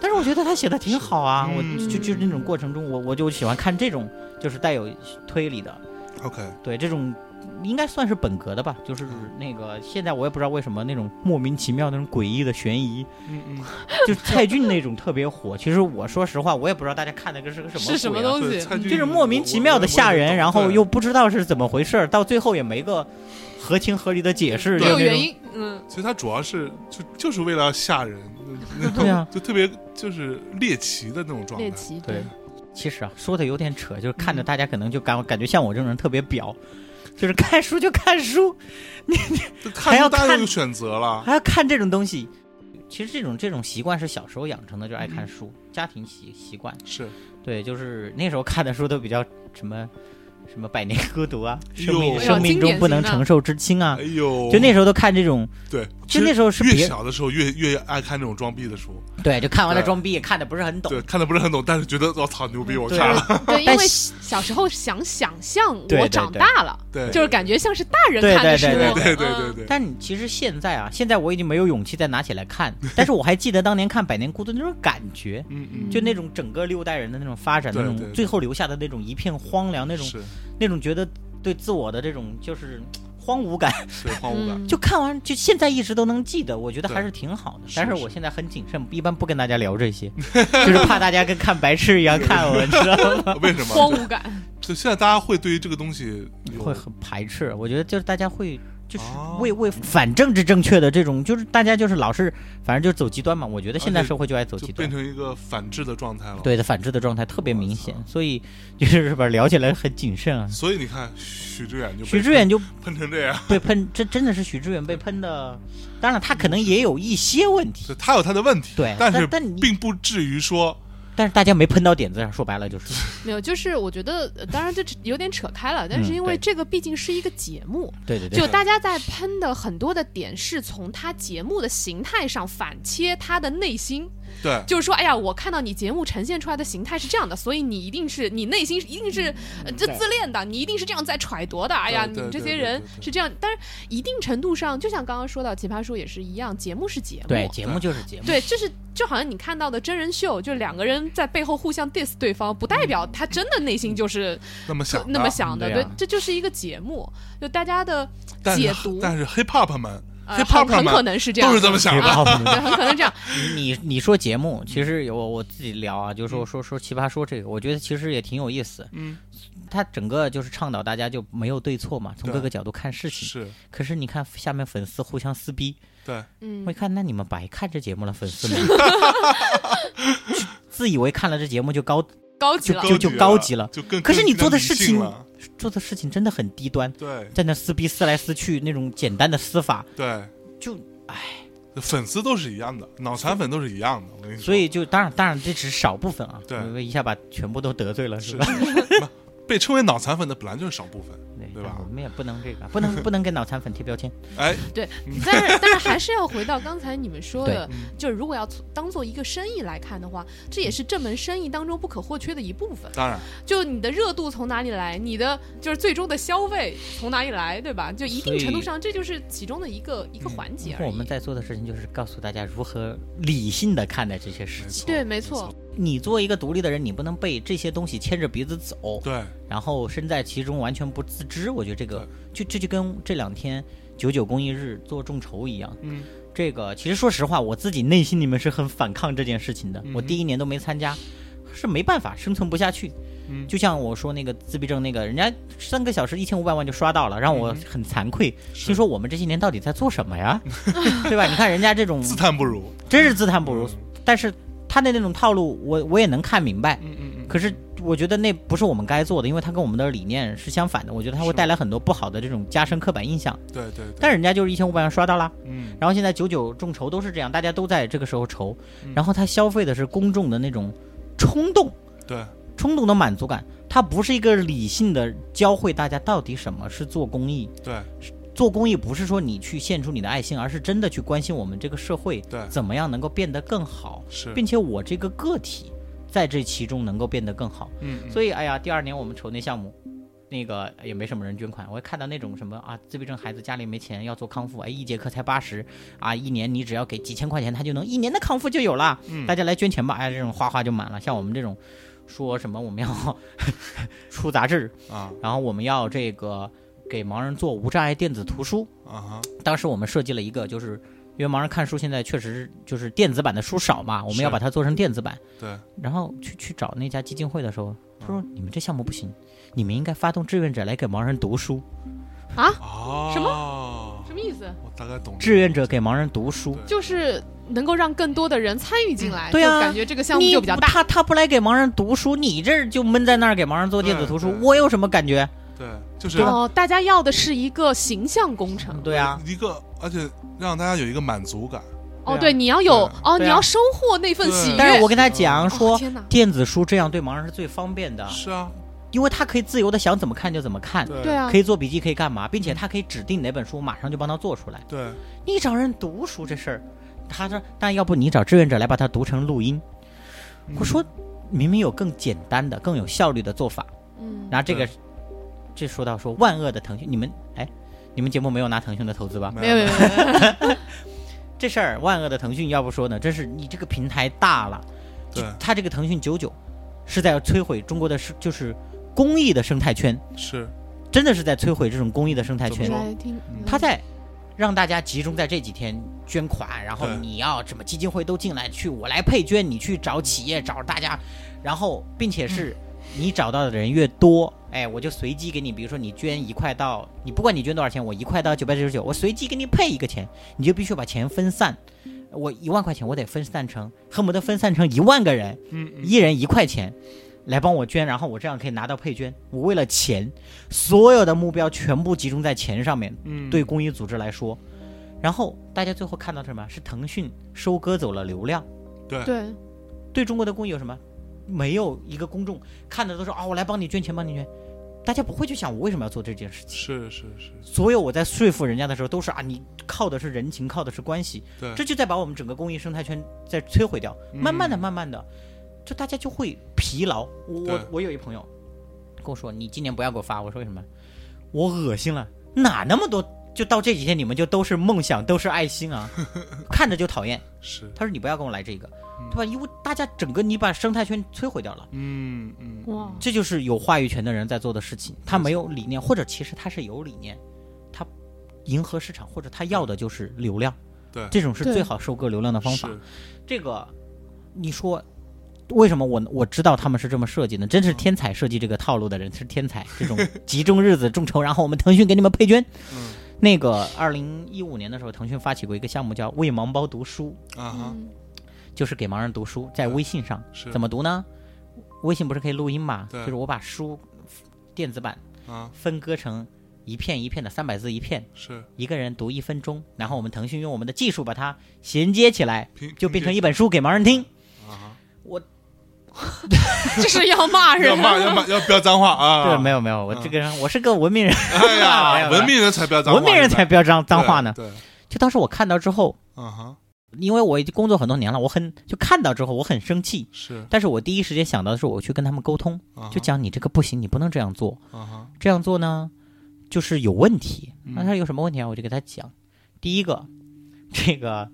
但是我觉得他写的挺好啊，
是
我
嗯
就就就是那种过程中，我我就喜欢看这种就是带有推理的，
OK，
对这种。应该算是本格的吧，就是
嗯
那个现在我也不知道为什么那种莫名其妙那种诡异的悬疑，
嗯嗯，
就是蔡骏那种特别火。其实我说实话，我也不知道大家看那个是个什么
是什么
鬼啊
东
对
西
蔡骏
就是莫名其妙的吓人，然后又不知道是怎么回事儿，到最后也没个合情合理的解释，
没有
就那
原
种。
因，嗯，
其实他主要是就就是为了吓人，那
对啊
种就特别就是猎奇的那种状
猎
态。
奇
对，其实啊，说的有点扯，就是
嗯
看着大家可能就感感觉像我这种人特别表，就是看书就看书，
就
还
看
要
书当然
看
有选择了，
还要看这种东西。其实这种这种习惯是小时候养成的，就是爱
嗯
看书，家庭习习惯。
是
对，就是那时候看的书都比较什么什么《百年孤独》啊，《生
哟
命生命中不能承受之轻》啊
哎，呦，
就那时候都看这种，
对，
就那时候是
越
别
小的时候越越爱看这种装逼的书，
对，就看完了
对
装逼，也看的不是很懂。嗯
对，看的不是很懂，但是觉得我操牛逼，我
对
看了，
对，因
但
为
是
小时候想想象
对
我
对
长
对
大了，
对，
就是感觉像是大人
对
看的书，
对
对对对
嗯
对对，
但你其实现在啊，现在我已经没有勇气再拿起来 看，但是我还记得当年看《百年孤独》那种感觉，
嗯嗯，
就那种整个六代人的那种发展，
对
那种
对对
最后留下的那种一片荒凉，那种
是
那种觉得对自我的这种就是荒芜感，
是荒芜感，
嗯
就看完就现在一直都能记得，我觉得
对
还是挺好的。
是
但是
是
我现在很谨慎，一般不跟大家聊这 些，就是怕大家跟看白痴一样看我，你知道吗？
呃为什
荒
么？
芜感，
就就现在大家会对于这个东西有啊
会很啊排斥。我觉得就是大家会就是
哦
为为反政治正确的这种，就是大家就是老是反正就是走极端嘛。我觉得现代
而且
社会就爱走
就
极
变
端，
成一个反制的状态了。，
对的反制的状态特别明显
我，
所以就是吧，聊起来很谨慎啊。
所以你看许志远就被
许志远就
喷成这样，
被喷，这真的是许志远被喷的。当然，他可能也有一些问题
就，他有他的问题，
对
但
但
是
但你
并不至于说
但是大家没喷到点子上。说白了就是，
没有，就是我觉得，呃当然这只有点扯开了，但是
嗯
因为
对
这个毕竟是一个节目，
对对对，
就大家在喷的很多的点是从他节目的形态上反切他的内心，
对，
就是说，哎呀，我看到你节目呈现出来的形态是这样的，所以你一定是你内心一定是呃这、自恋的，你一定是这样在揣度的。哎呀，
嗯对
你
对
们这
对对
些人
对对
是这样，但是一定程度上，就像刚刚说到《奇葩说》也是一样，节目是节目，
对节目就是节目，
对，就是就好像你看到的真人秀，就两个人在背后互相 diss 对方，不代表他真的内心就是
那么想的
那么想的。
对
对
啊，
这就是一个节目，就大家的
但是
解读。
但是 hip hop 们
呃，
hiphop
很很
们
可能是这样，
都是这么想的。
对，很可能这样。
你你说节目，其
嗯
实有我我自己聊啊，就说说说奇葩说这个，我觉得其实也挺有意思。
嗯，
它整个就是倡导大家就没有对错嘛，从
对
各个角度看事情。
是
可是你看下面粉丝互相撕逼，
对，
嗯
我一，看那你们白看这节目了，粉丝们， 自以为看了这节目就高
高级
就
了，
就就高级了
就更
可是
更
你做的事
迷信
情
了
做的事情真的很低端，
对
在那撕逼撕来撕去那种简单的撕法，
对，
就
粉丝都是一样的，脑残粉都是一样的。我跟你说，
所以就当然当然这只是少部分啊，
对
因为一下把全部都得罪了
是
吧？
不被称为脑残粉的本来就是少部分。对吧
我们也不能这个，不能 不能给脑残粉贴标 签。
哎，
对，但是但是还是要回到刚才你们说的
对嗯，
就是如果要当做一个生意来看的话，这也是这门生意当中不可或缺的一部分。
当然
就你的热度从哪里来，你的就是最终的消费从哪里来，对吧？就一定程度上，这就是其中的一个一个环节而已。
我们在做的事情就是告诉大家如何理性的看待这些事
没
情。
错，
对，
没
没错，，
你作为一个独立的人，你不能被这些东西牵着鼻子走，
对，
然后身在其中完全不自知。我觉得这个就这就跟这两天九九公益日做众筹一样。
嗯，
这个其实说实话，我自己内心里面是很反抗这件事情
嗯
的。我第一年都没参加，是没办法生存不下去。
嗯
就像我说那个自闭症那个，人家三个小时一千五百万就刷到了，让
嗯
我很惭愧。心说我们这些年到底在做什么 呀？对吧？你看人家这种
自叹不如。
真是自叹不
嗯
如，但是他的那种套路我，我也能看明白。
嗯嗯嗯，
可是我觉得那不是我们该做的，因为他跟我们的理念是相反的。我觉得他会
是
带来很多不好的这种加深刻板印象。
对对，对
但是人家就是一千五百万刷到了，
嗯
然后现在九九众筹都是这样，大家都在这个时候筹
嗯，
然后他消费的是公众的那种冲动，
对
冲动的满足感，它不是一个理性的教会大家到底什么是做公益。
对
做公益不是说你去献出你的爱心，而是真的去关心我们这个社会
对
怎么样能够变得更好，
是，
并且我这个个体在这其中能够变得更好。
嗯嗯
所以，哎呀，第二年我们筹那项目，那个也没什么人捐款。我看到那种什么啊，自闭症孩子家里没钱要做康复，哎，一节课才八十啊，一年你只要给几千块钱，他就能一年的康复就有了。
嗯
大家来捐钱吧，哎，这种哗哗就满了。像我们这种，说什么我们要 出杂志，
啊
然后我们要这个给盲人做无障碍电子图书。
啊哈，
当时我们设计了一个，就是因为盲人看书现在确实就是电子版的书少嘛，我们要
是
把它做成电子版。
对
然后去去找那家基金会的时候，他说：“你们这项目不行，你们应该发动志愿者来给盲人读书，
哦，
什
么
什么意思？
我大概懂了
志愿者给盲人读书。
对
就是能够让更多的人参与进来，
对啊
就感觉这个项目
你
就比较大。
他他不来给盲人读书，你这儿就闷在那儿给盲人做电子图书
对，对
我有什么感觉？
对，就是
哦，大家要的是一个形象工
嗯
程。
对啊，
一个，而且让大家有一个满足感。
哦，
对啊
对，你要有
对
哦，
对啊
你要收获那份
嗯
喜悦。
但是我跟他
哦
讲说，
天哪，
电子书这样对盲人是最方便的，
是啊，
因为他可以自由的想怎么看就怎么看。”
对嗯
对啊
可，以做笔记，可以干嘛，并且他可以指定哪本书，马上就帮他做出来。
对
你找人读书这事儿，他说，但要不你找志愿者来把它读成录音。
嗯
嗯
我说，明明有更简单的、更有效率的做法。
嗯，
拿这个，这说到说万恶的腾讯，你们哎，你们节目没有拿腾讯的投资吧？
没有没有，没有没有
这事儿万恶的腾讯，要不说呢，真是你这个平台大了，
对
它这个腾讯九九是在摧毁中国的是就是公益的生态圈，
是
真的是在摧毁这种公益的生态圈
怎。么
来听
嗯
他在让大家集中在这几天捐款，然后
对
你要什么基金会都进来去，我来配捐，你去找企业找大家，然后并且是
嗯
你找到的人越多，哎，我就随机给你，比如说你捐一块到，你不管你捐多少钱，我一块到九百九十九，我随机给你配一个钱，你就必须把钱分散。我一万块钱，我得分散成，恨不得分散成一万个人，
嗯嗯
一人一块钱，来帮我捐，然后我这样可以拿到配捐。我为了钱，所有的目标全部集中在钱上面，
嗯
对公益组织来说。然后大家最后看到什么？是腾讯收割走了流量，
嗯对，
对中国的公益有什么？没有一个公众看的都是啊、我来帮你捐钱，帮你捐。大家不会去想我为什么要做这件事情。
是是是，
所有我在说服人家的时候，都是啊，你靠的是人情，靠的是关系，
对嗯
这就在把我们整个公益生态圈在摧毁掉。慢慢的，慢慢的，就大家就会疲劳。我
对
我我有一朋友跟我说，你今年不要给我发。我说为什么？我恶心了，哪那么多？就到这几天，你们就都是梦想，都是爱心 啊，看着就讨厌。
是
他说你不要跟我来这个，对吧？因为大家整个你把生态圈摧毁掉了。
嗯嗯
哇，
这就是有话语权的人在做的事情，他没有理念，或者其实他是有理念，他迎合市场，或者他要的就是流量，
对
这种是
对
最好收割流量的方法
是。
这个，你说为什么我我知道他们是这么设计呢？真是
嗯
天才设计这个套路的人是天才，这种集中日子众筹，然后我们腾讯给你们配捐。
嗯
那 个二零一五年的时候，腾讯发起过一个项目叫“为盲包读书
啊哈，
嗯”，
就是给盲人读书，在
对
微信上
是
怎么读呢？微信不是可以录音吗？
对
就是我把书电子版
啊
分割成一片一片的三百字一片，
是
一个人读一分钟，然后我们腾讯用我们的技术把它衔接起来，
拼
就变成一本书给盲人听。
啊哈，
我
这是要骂人
要骂要骂要飙脏话啊！
对，没有没有，我这个人我是个文明人，
哎
没
呀，
有
文明人才飙脏话，
文明人才不要脏脏话呢。
对，对
就当时我看到之后，
啊哈，
因为我已经工作很多年了，我很就看到之后我很生气，
是
但是我第一时间想到的是我去跟他们沟通，
啊哈
就讲你这个不行，你不能这样做，
啊哈，
这样做呢就是有问题。
嗯
那他有什么问题啊？我就给他讲，第一个，这个。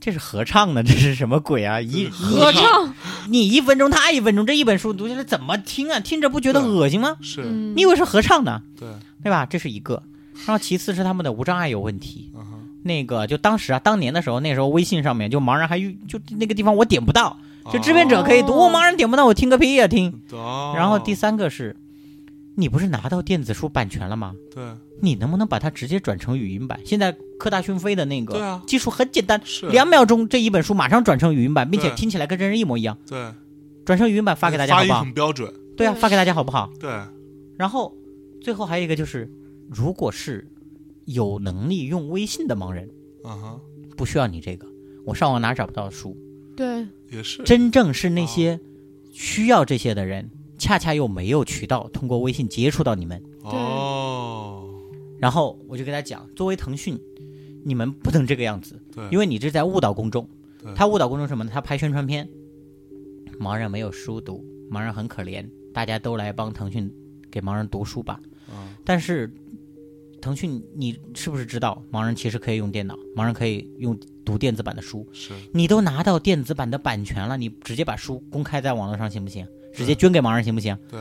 这是合唱呢，这是什么鬼啊？一
合
合
唱，
你一分钟，他一分钟，这一本书读下来怎么听啊？听着不觉得
对
恶心吗？
是
嗯
你以为是合唱呢，
对，
对吧？这是一个。然后其次是他们的无障碍有问题。
啊哈，
那个就当时啊，当年的时候，那时候微信上面就盲人还遇就那个地方我点不到，就志愿者可以读，
哦
我盲人点不到，我听个屁呀、听。
哦，
然后第三个是，你不是拿到电子书版权了吗？
对
你能不能把它直接转成语音版？现在科大讯飞的那
对
个
啊
技术很简单，
是
两秒钟这一本书马上转成语音版，并且
对
听起来跟真人一模一样。
对
转成语音版发给大家
发
好不
音
好？
很标准，
对啊，发给大家好不好？
对
然后最后还有一个就是，如果是有能力用微信的盲人，
啊哈，
不需要你这个，我上网哪找不到书？
对，
也是
真正是那
啊
些需要这些的人，恰恰又没有渠道通过微信接触到你们。
哦，
然后我就给他讲，作为腾讯，你们不能这个样子，
对，
因为你这是在误导公众
对。
他误导公众什么呢？他拍宣传片，盲人没有书读，盲人很可怜，大家都来帮腾讯给盲人读书吧。
啊
但是腾讯，你是不是知道盲人其实可以用电脑，盲人可以用读电子版的书？
是
你都拿到电子版的版权了，你直接把书公开在网络上行不行？直接捐给盲人行不行？
对，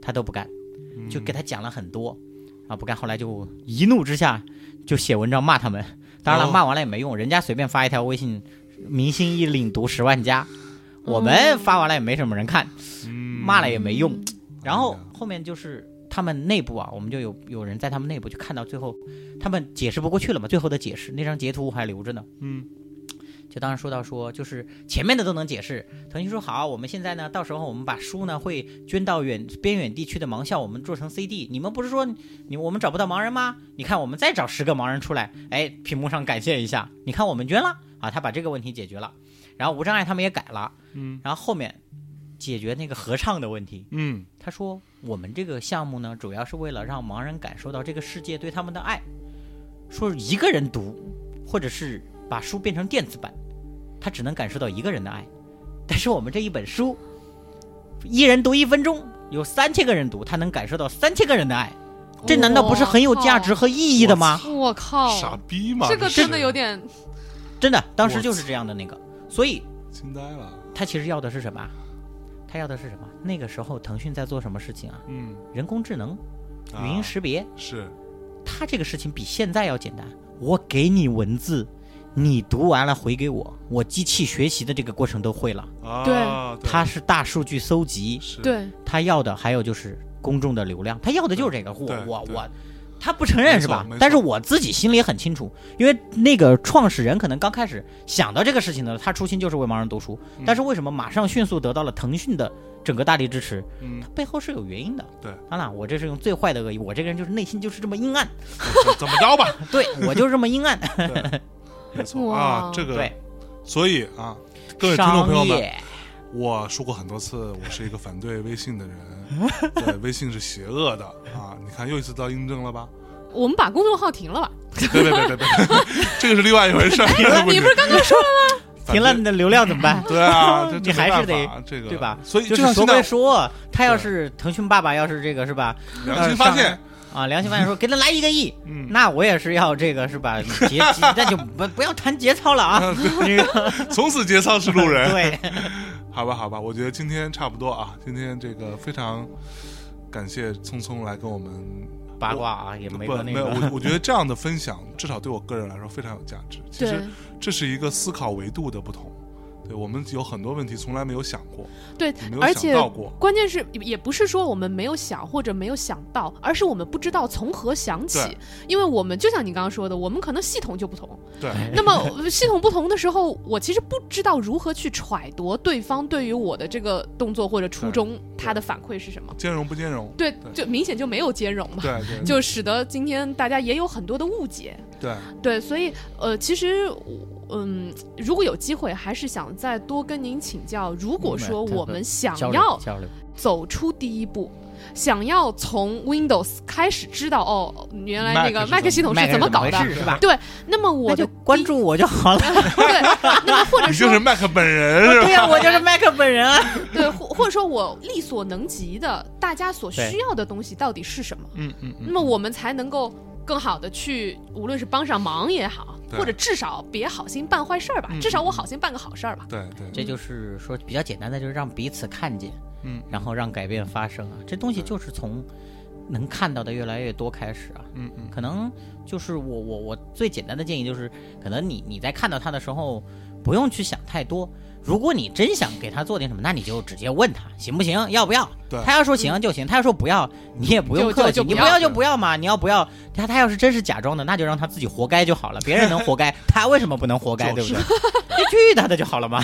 他都不干，
嗯
就给他讲了很多，啊，不干。后来就一怒之下就写文章骂他们。当然了，
哦
骂完了也没用，人家随便发一条微信，明星一领读十万加，我们发完了也没什么人看，
哦嗯
骂了也没用。然后
哎呀
后面就是他们内部啊，我们就有有人在他们内部就看到最后，他们解释不过去了嘛。最后的解释那张截图我还留着呢。
嗯，
就当时说到说，就是前面的都能解释。腾讯说好，我们现在呢，到时候我们把书呢会捐到远边远地区的盲校，我们做成 CD。你们不是说你我们找不到盲人吗？你看我们再找十个盲人出来，哎，屏幕上感谢一下，你看我们捐了啊，他把这个问题解决了。然后无障碍他们也改了，
嗯，
然后后面解决那个合唱的问题，
嗯
他说：“我们这个项目呢，主要是为了让盲人感受到这个世界对他们的爱。说一个人读，或者是把书变成电子版，他只能感受到一个人的爱。但是我们这一本书，一人读一分钟，有三千个人读，他能感受到三千个人的爱。这难道不是很有价值和意义的吗？
我靠，
嗯傻逼嘛，
哦这个
是
真的有点
真的，当时就是这样的那个。所以
惊呆了，
他其实要的是什么啊？他要的是什么？那个时候腾讯在做什么事情啊？
嗯，
人工智能、
啊
语音识别。
是
他这个事情比现在要简单。我给你文字，你读完了回给我，我机器学习的这个过程都会了。
啊，
对
它是大数据搜集，
是，
对，
他要的还有就是公众的流量，他要的就是这个。
对
我我
对
我，他不承认是吧
没错没错？
但是我自己心里也很清楚，因为那个创始人可能刚开始想到这个事情的时候，他初心就是为盲人读书，
嗯
但是为什么马上迅速得到了腾讯的整个大力支持？
嗯
它，背后是有原因的。
对，
当然我这是用最坏的恶意，我这个人就是内心就是这么阴 暗。
怎么着吧，
对我就是这么阴暗。
对，没错啊，
哇
这个
对，
所以啊，各位听众
商
朋友们，
业
我说过很多次，我是一个反对微信的 人，对，微信是邪恶的啊！你看，又一次遭印证 了吧？
我们把公众号停了吧？
别别别别别， 这个是另外一回 事儿。
你不是刚刚说了
反对
停了你的流量怎么 办？
对啊，这这
你还是
没办法这个
对吧
所以
就
像
是说
现
归
在
说，他要是腾讯爸爸，要是这个是吧？
良心发现，
啊，良心发现 说给他来一个亿，
嗯
那我也是要这个是吧？ 节那就不不要谈节操了 啊！这个
从此节操是路 人。
对，
好吧，好吧，我觉得今天差不多啊，今天这个非常感谢聪聪来跟我们
八卦啊，也没
不
关那
没有，
个。
我我觉得这样的分享，至少对我个人来说非常有价值。其
对
实这是一个思考维度的不同。对我们有很多问题从来没有想过，
对
没，有
而
想
且
到过。
关键是也不是说我们没有想或者没有想到，而是我们不知道从何想起
对，
因为我们就像你刚刚说的，我们可能系统就不同。
对，
哎
那么 呃系统不同的时候，我其实不知道如何去揣度对方对于我的这个动作或者初衷，他的反馈是什么。
兼容不 兼容？
对，就明显就没有兼容嘛，
对对
就使得今天大家也有很多的误解。
对，
对，所以呃，其实嗯，如果有机会，还是想再多跟您请教。如果说我们想
交
要
流交流，
走出第一步。想要从 Windows 开始知道哦，原来那个
Mac
Mac
是
系统
麦
是
克
怎么搞
回
的？
事是吧？
对，那么我
那
的
就关注我就好了。
对，那么或者
你就
说
是 麦克本人是吧？
对 呀、我就是麦克本人啊。
对，或或者说我力所能及的，大家所需
对
要的东西到底是什么？
嗯嗯嗯，
那么我们才能够更好的去，无论是帮上忙也好，
对
或者至少别好心办坏事儿吧，
嗯
至少我好心办个好事儿吧。
对对，
这就是说比较简单的，就是让彼此看见，
嗯
然后让改变发生啊。这东西就是从能看到的越来越多开始啊。
嗯嗯
可能就是我我我最简单的建议就是，可能你你在看到他的时候，不用去想太多。如果你真想给他做点什么，那你就直接问他行不行，要不要
对。
他要说行就行，他要说不要，你也不用
就就
客气，
就不
你不
要
要就不要嘛。你要不要他他要是真是假装的，那就让他自己活该就好了。别人能活 该，他为什么不能活该？
就
对
是
不对？你去他的就好了 嘛，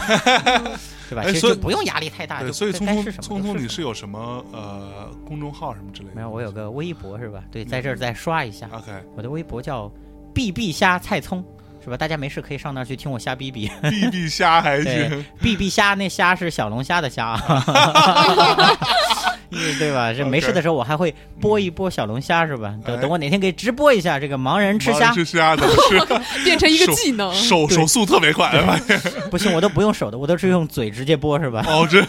对吧？
哎
其实
所以
就不用压力太大，
对，
就
所以
该
聪
该
聪
是什么
聪
就
聪，
是
你
什
是有什么呃公众号什么之类的？
么没有，我有个微博是吧？对，在
嗯
这儿再刷一下，
OK，
我的微博叫“碧碧虾菜葱”，是吧？大家没事可以上那儿去听我瞎逼逼。
避避虾还
对
行，
碧碧虾那虾是小龙虾的虾啊， 因为对吧？这
OK
没事的时候我还会播一播小龙虾，是吧？
哎
等等我哪天给直播一下这个盲人吃
忙着
虾，
吃虾怎么
变成一个技能
吃？，手手速特别 快，
不行我都不用手的，我都是用嘴直接播，是吧？
哦，这，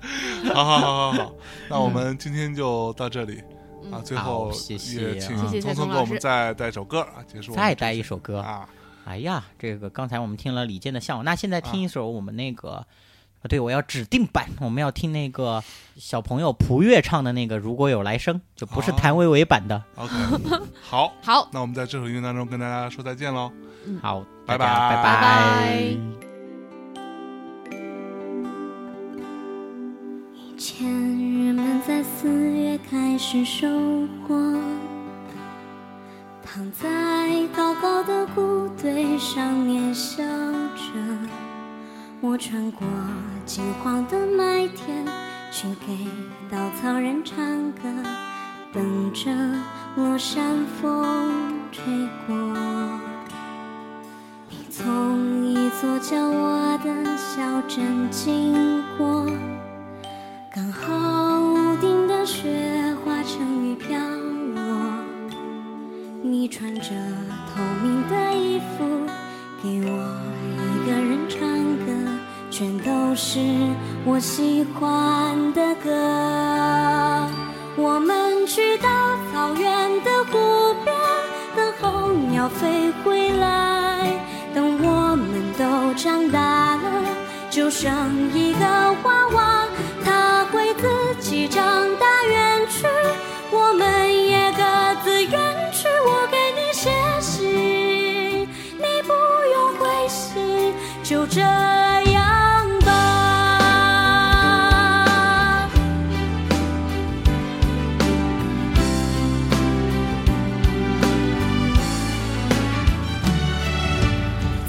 好好好好好，那我们今天就到这里啊。最
嗯
后
好谢谢
也请
啊
谢谢
聪
蔡
聪
宗
给
老
我们
师
再带首歌啊，结束我们
再
这
带一
期
首歌，
啊，
哎呀，这个刚才我们听了李健的《向往》，那现在听一首我们那个，啊对我要指定版，我们要听那个小朋友蒲越唱的那个《如果有来生》，就不是
哦
谭维维版的。
OK，好，
好，
那我们在这首音乐当中跟大家说再见喽。
好，
拜
大家
拜
拜
嗯拜拜。
前人们在四月开始收获，躺在高高的谷堆上面笑着。我穿过金黄的麦田，去给稻草人唱歌，等着落山风吹过。你从一座叫我的小镇经过。刚好屋顶的雪化成雨飘落，你穿着透明的衣服，给我一个人唱歌，全都是我喜欢的歌。我们去到草原的湖边，等候鸟飞回来。等我们都长大了，就生一个娃娃，他会自己长大远去，我们也各自远去。我给你写信，你不用回信，就这样吧。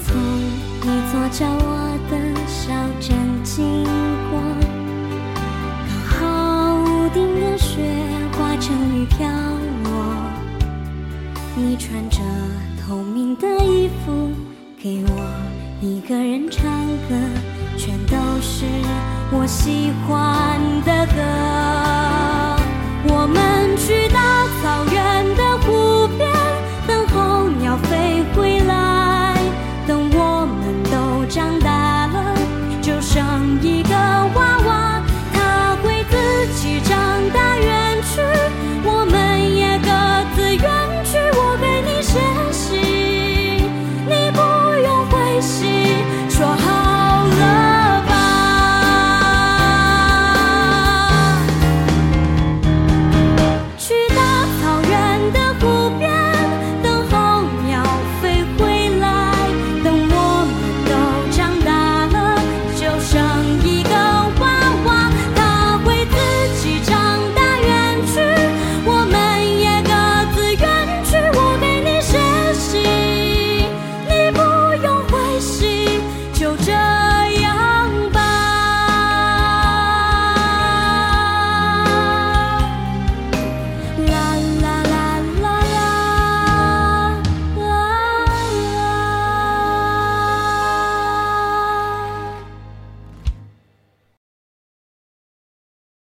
从一座叫我的小镇经过，刚好屋顶的雪化成雨飘落。你穿着透明的衣服，给我一个人唱歌，全都是我喜欢的歌。我们去到草原的湖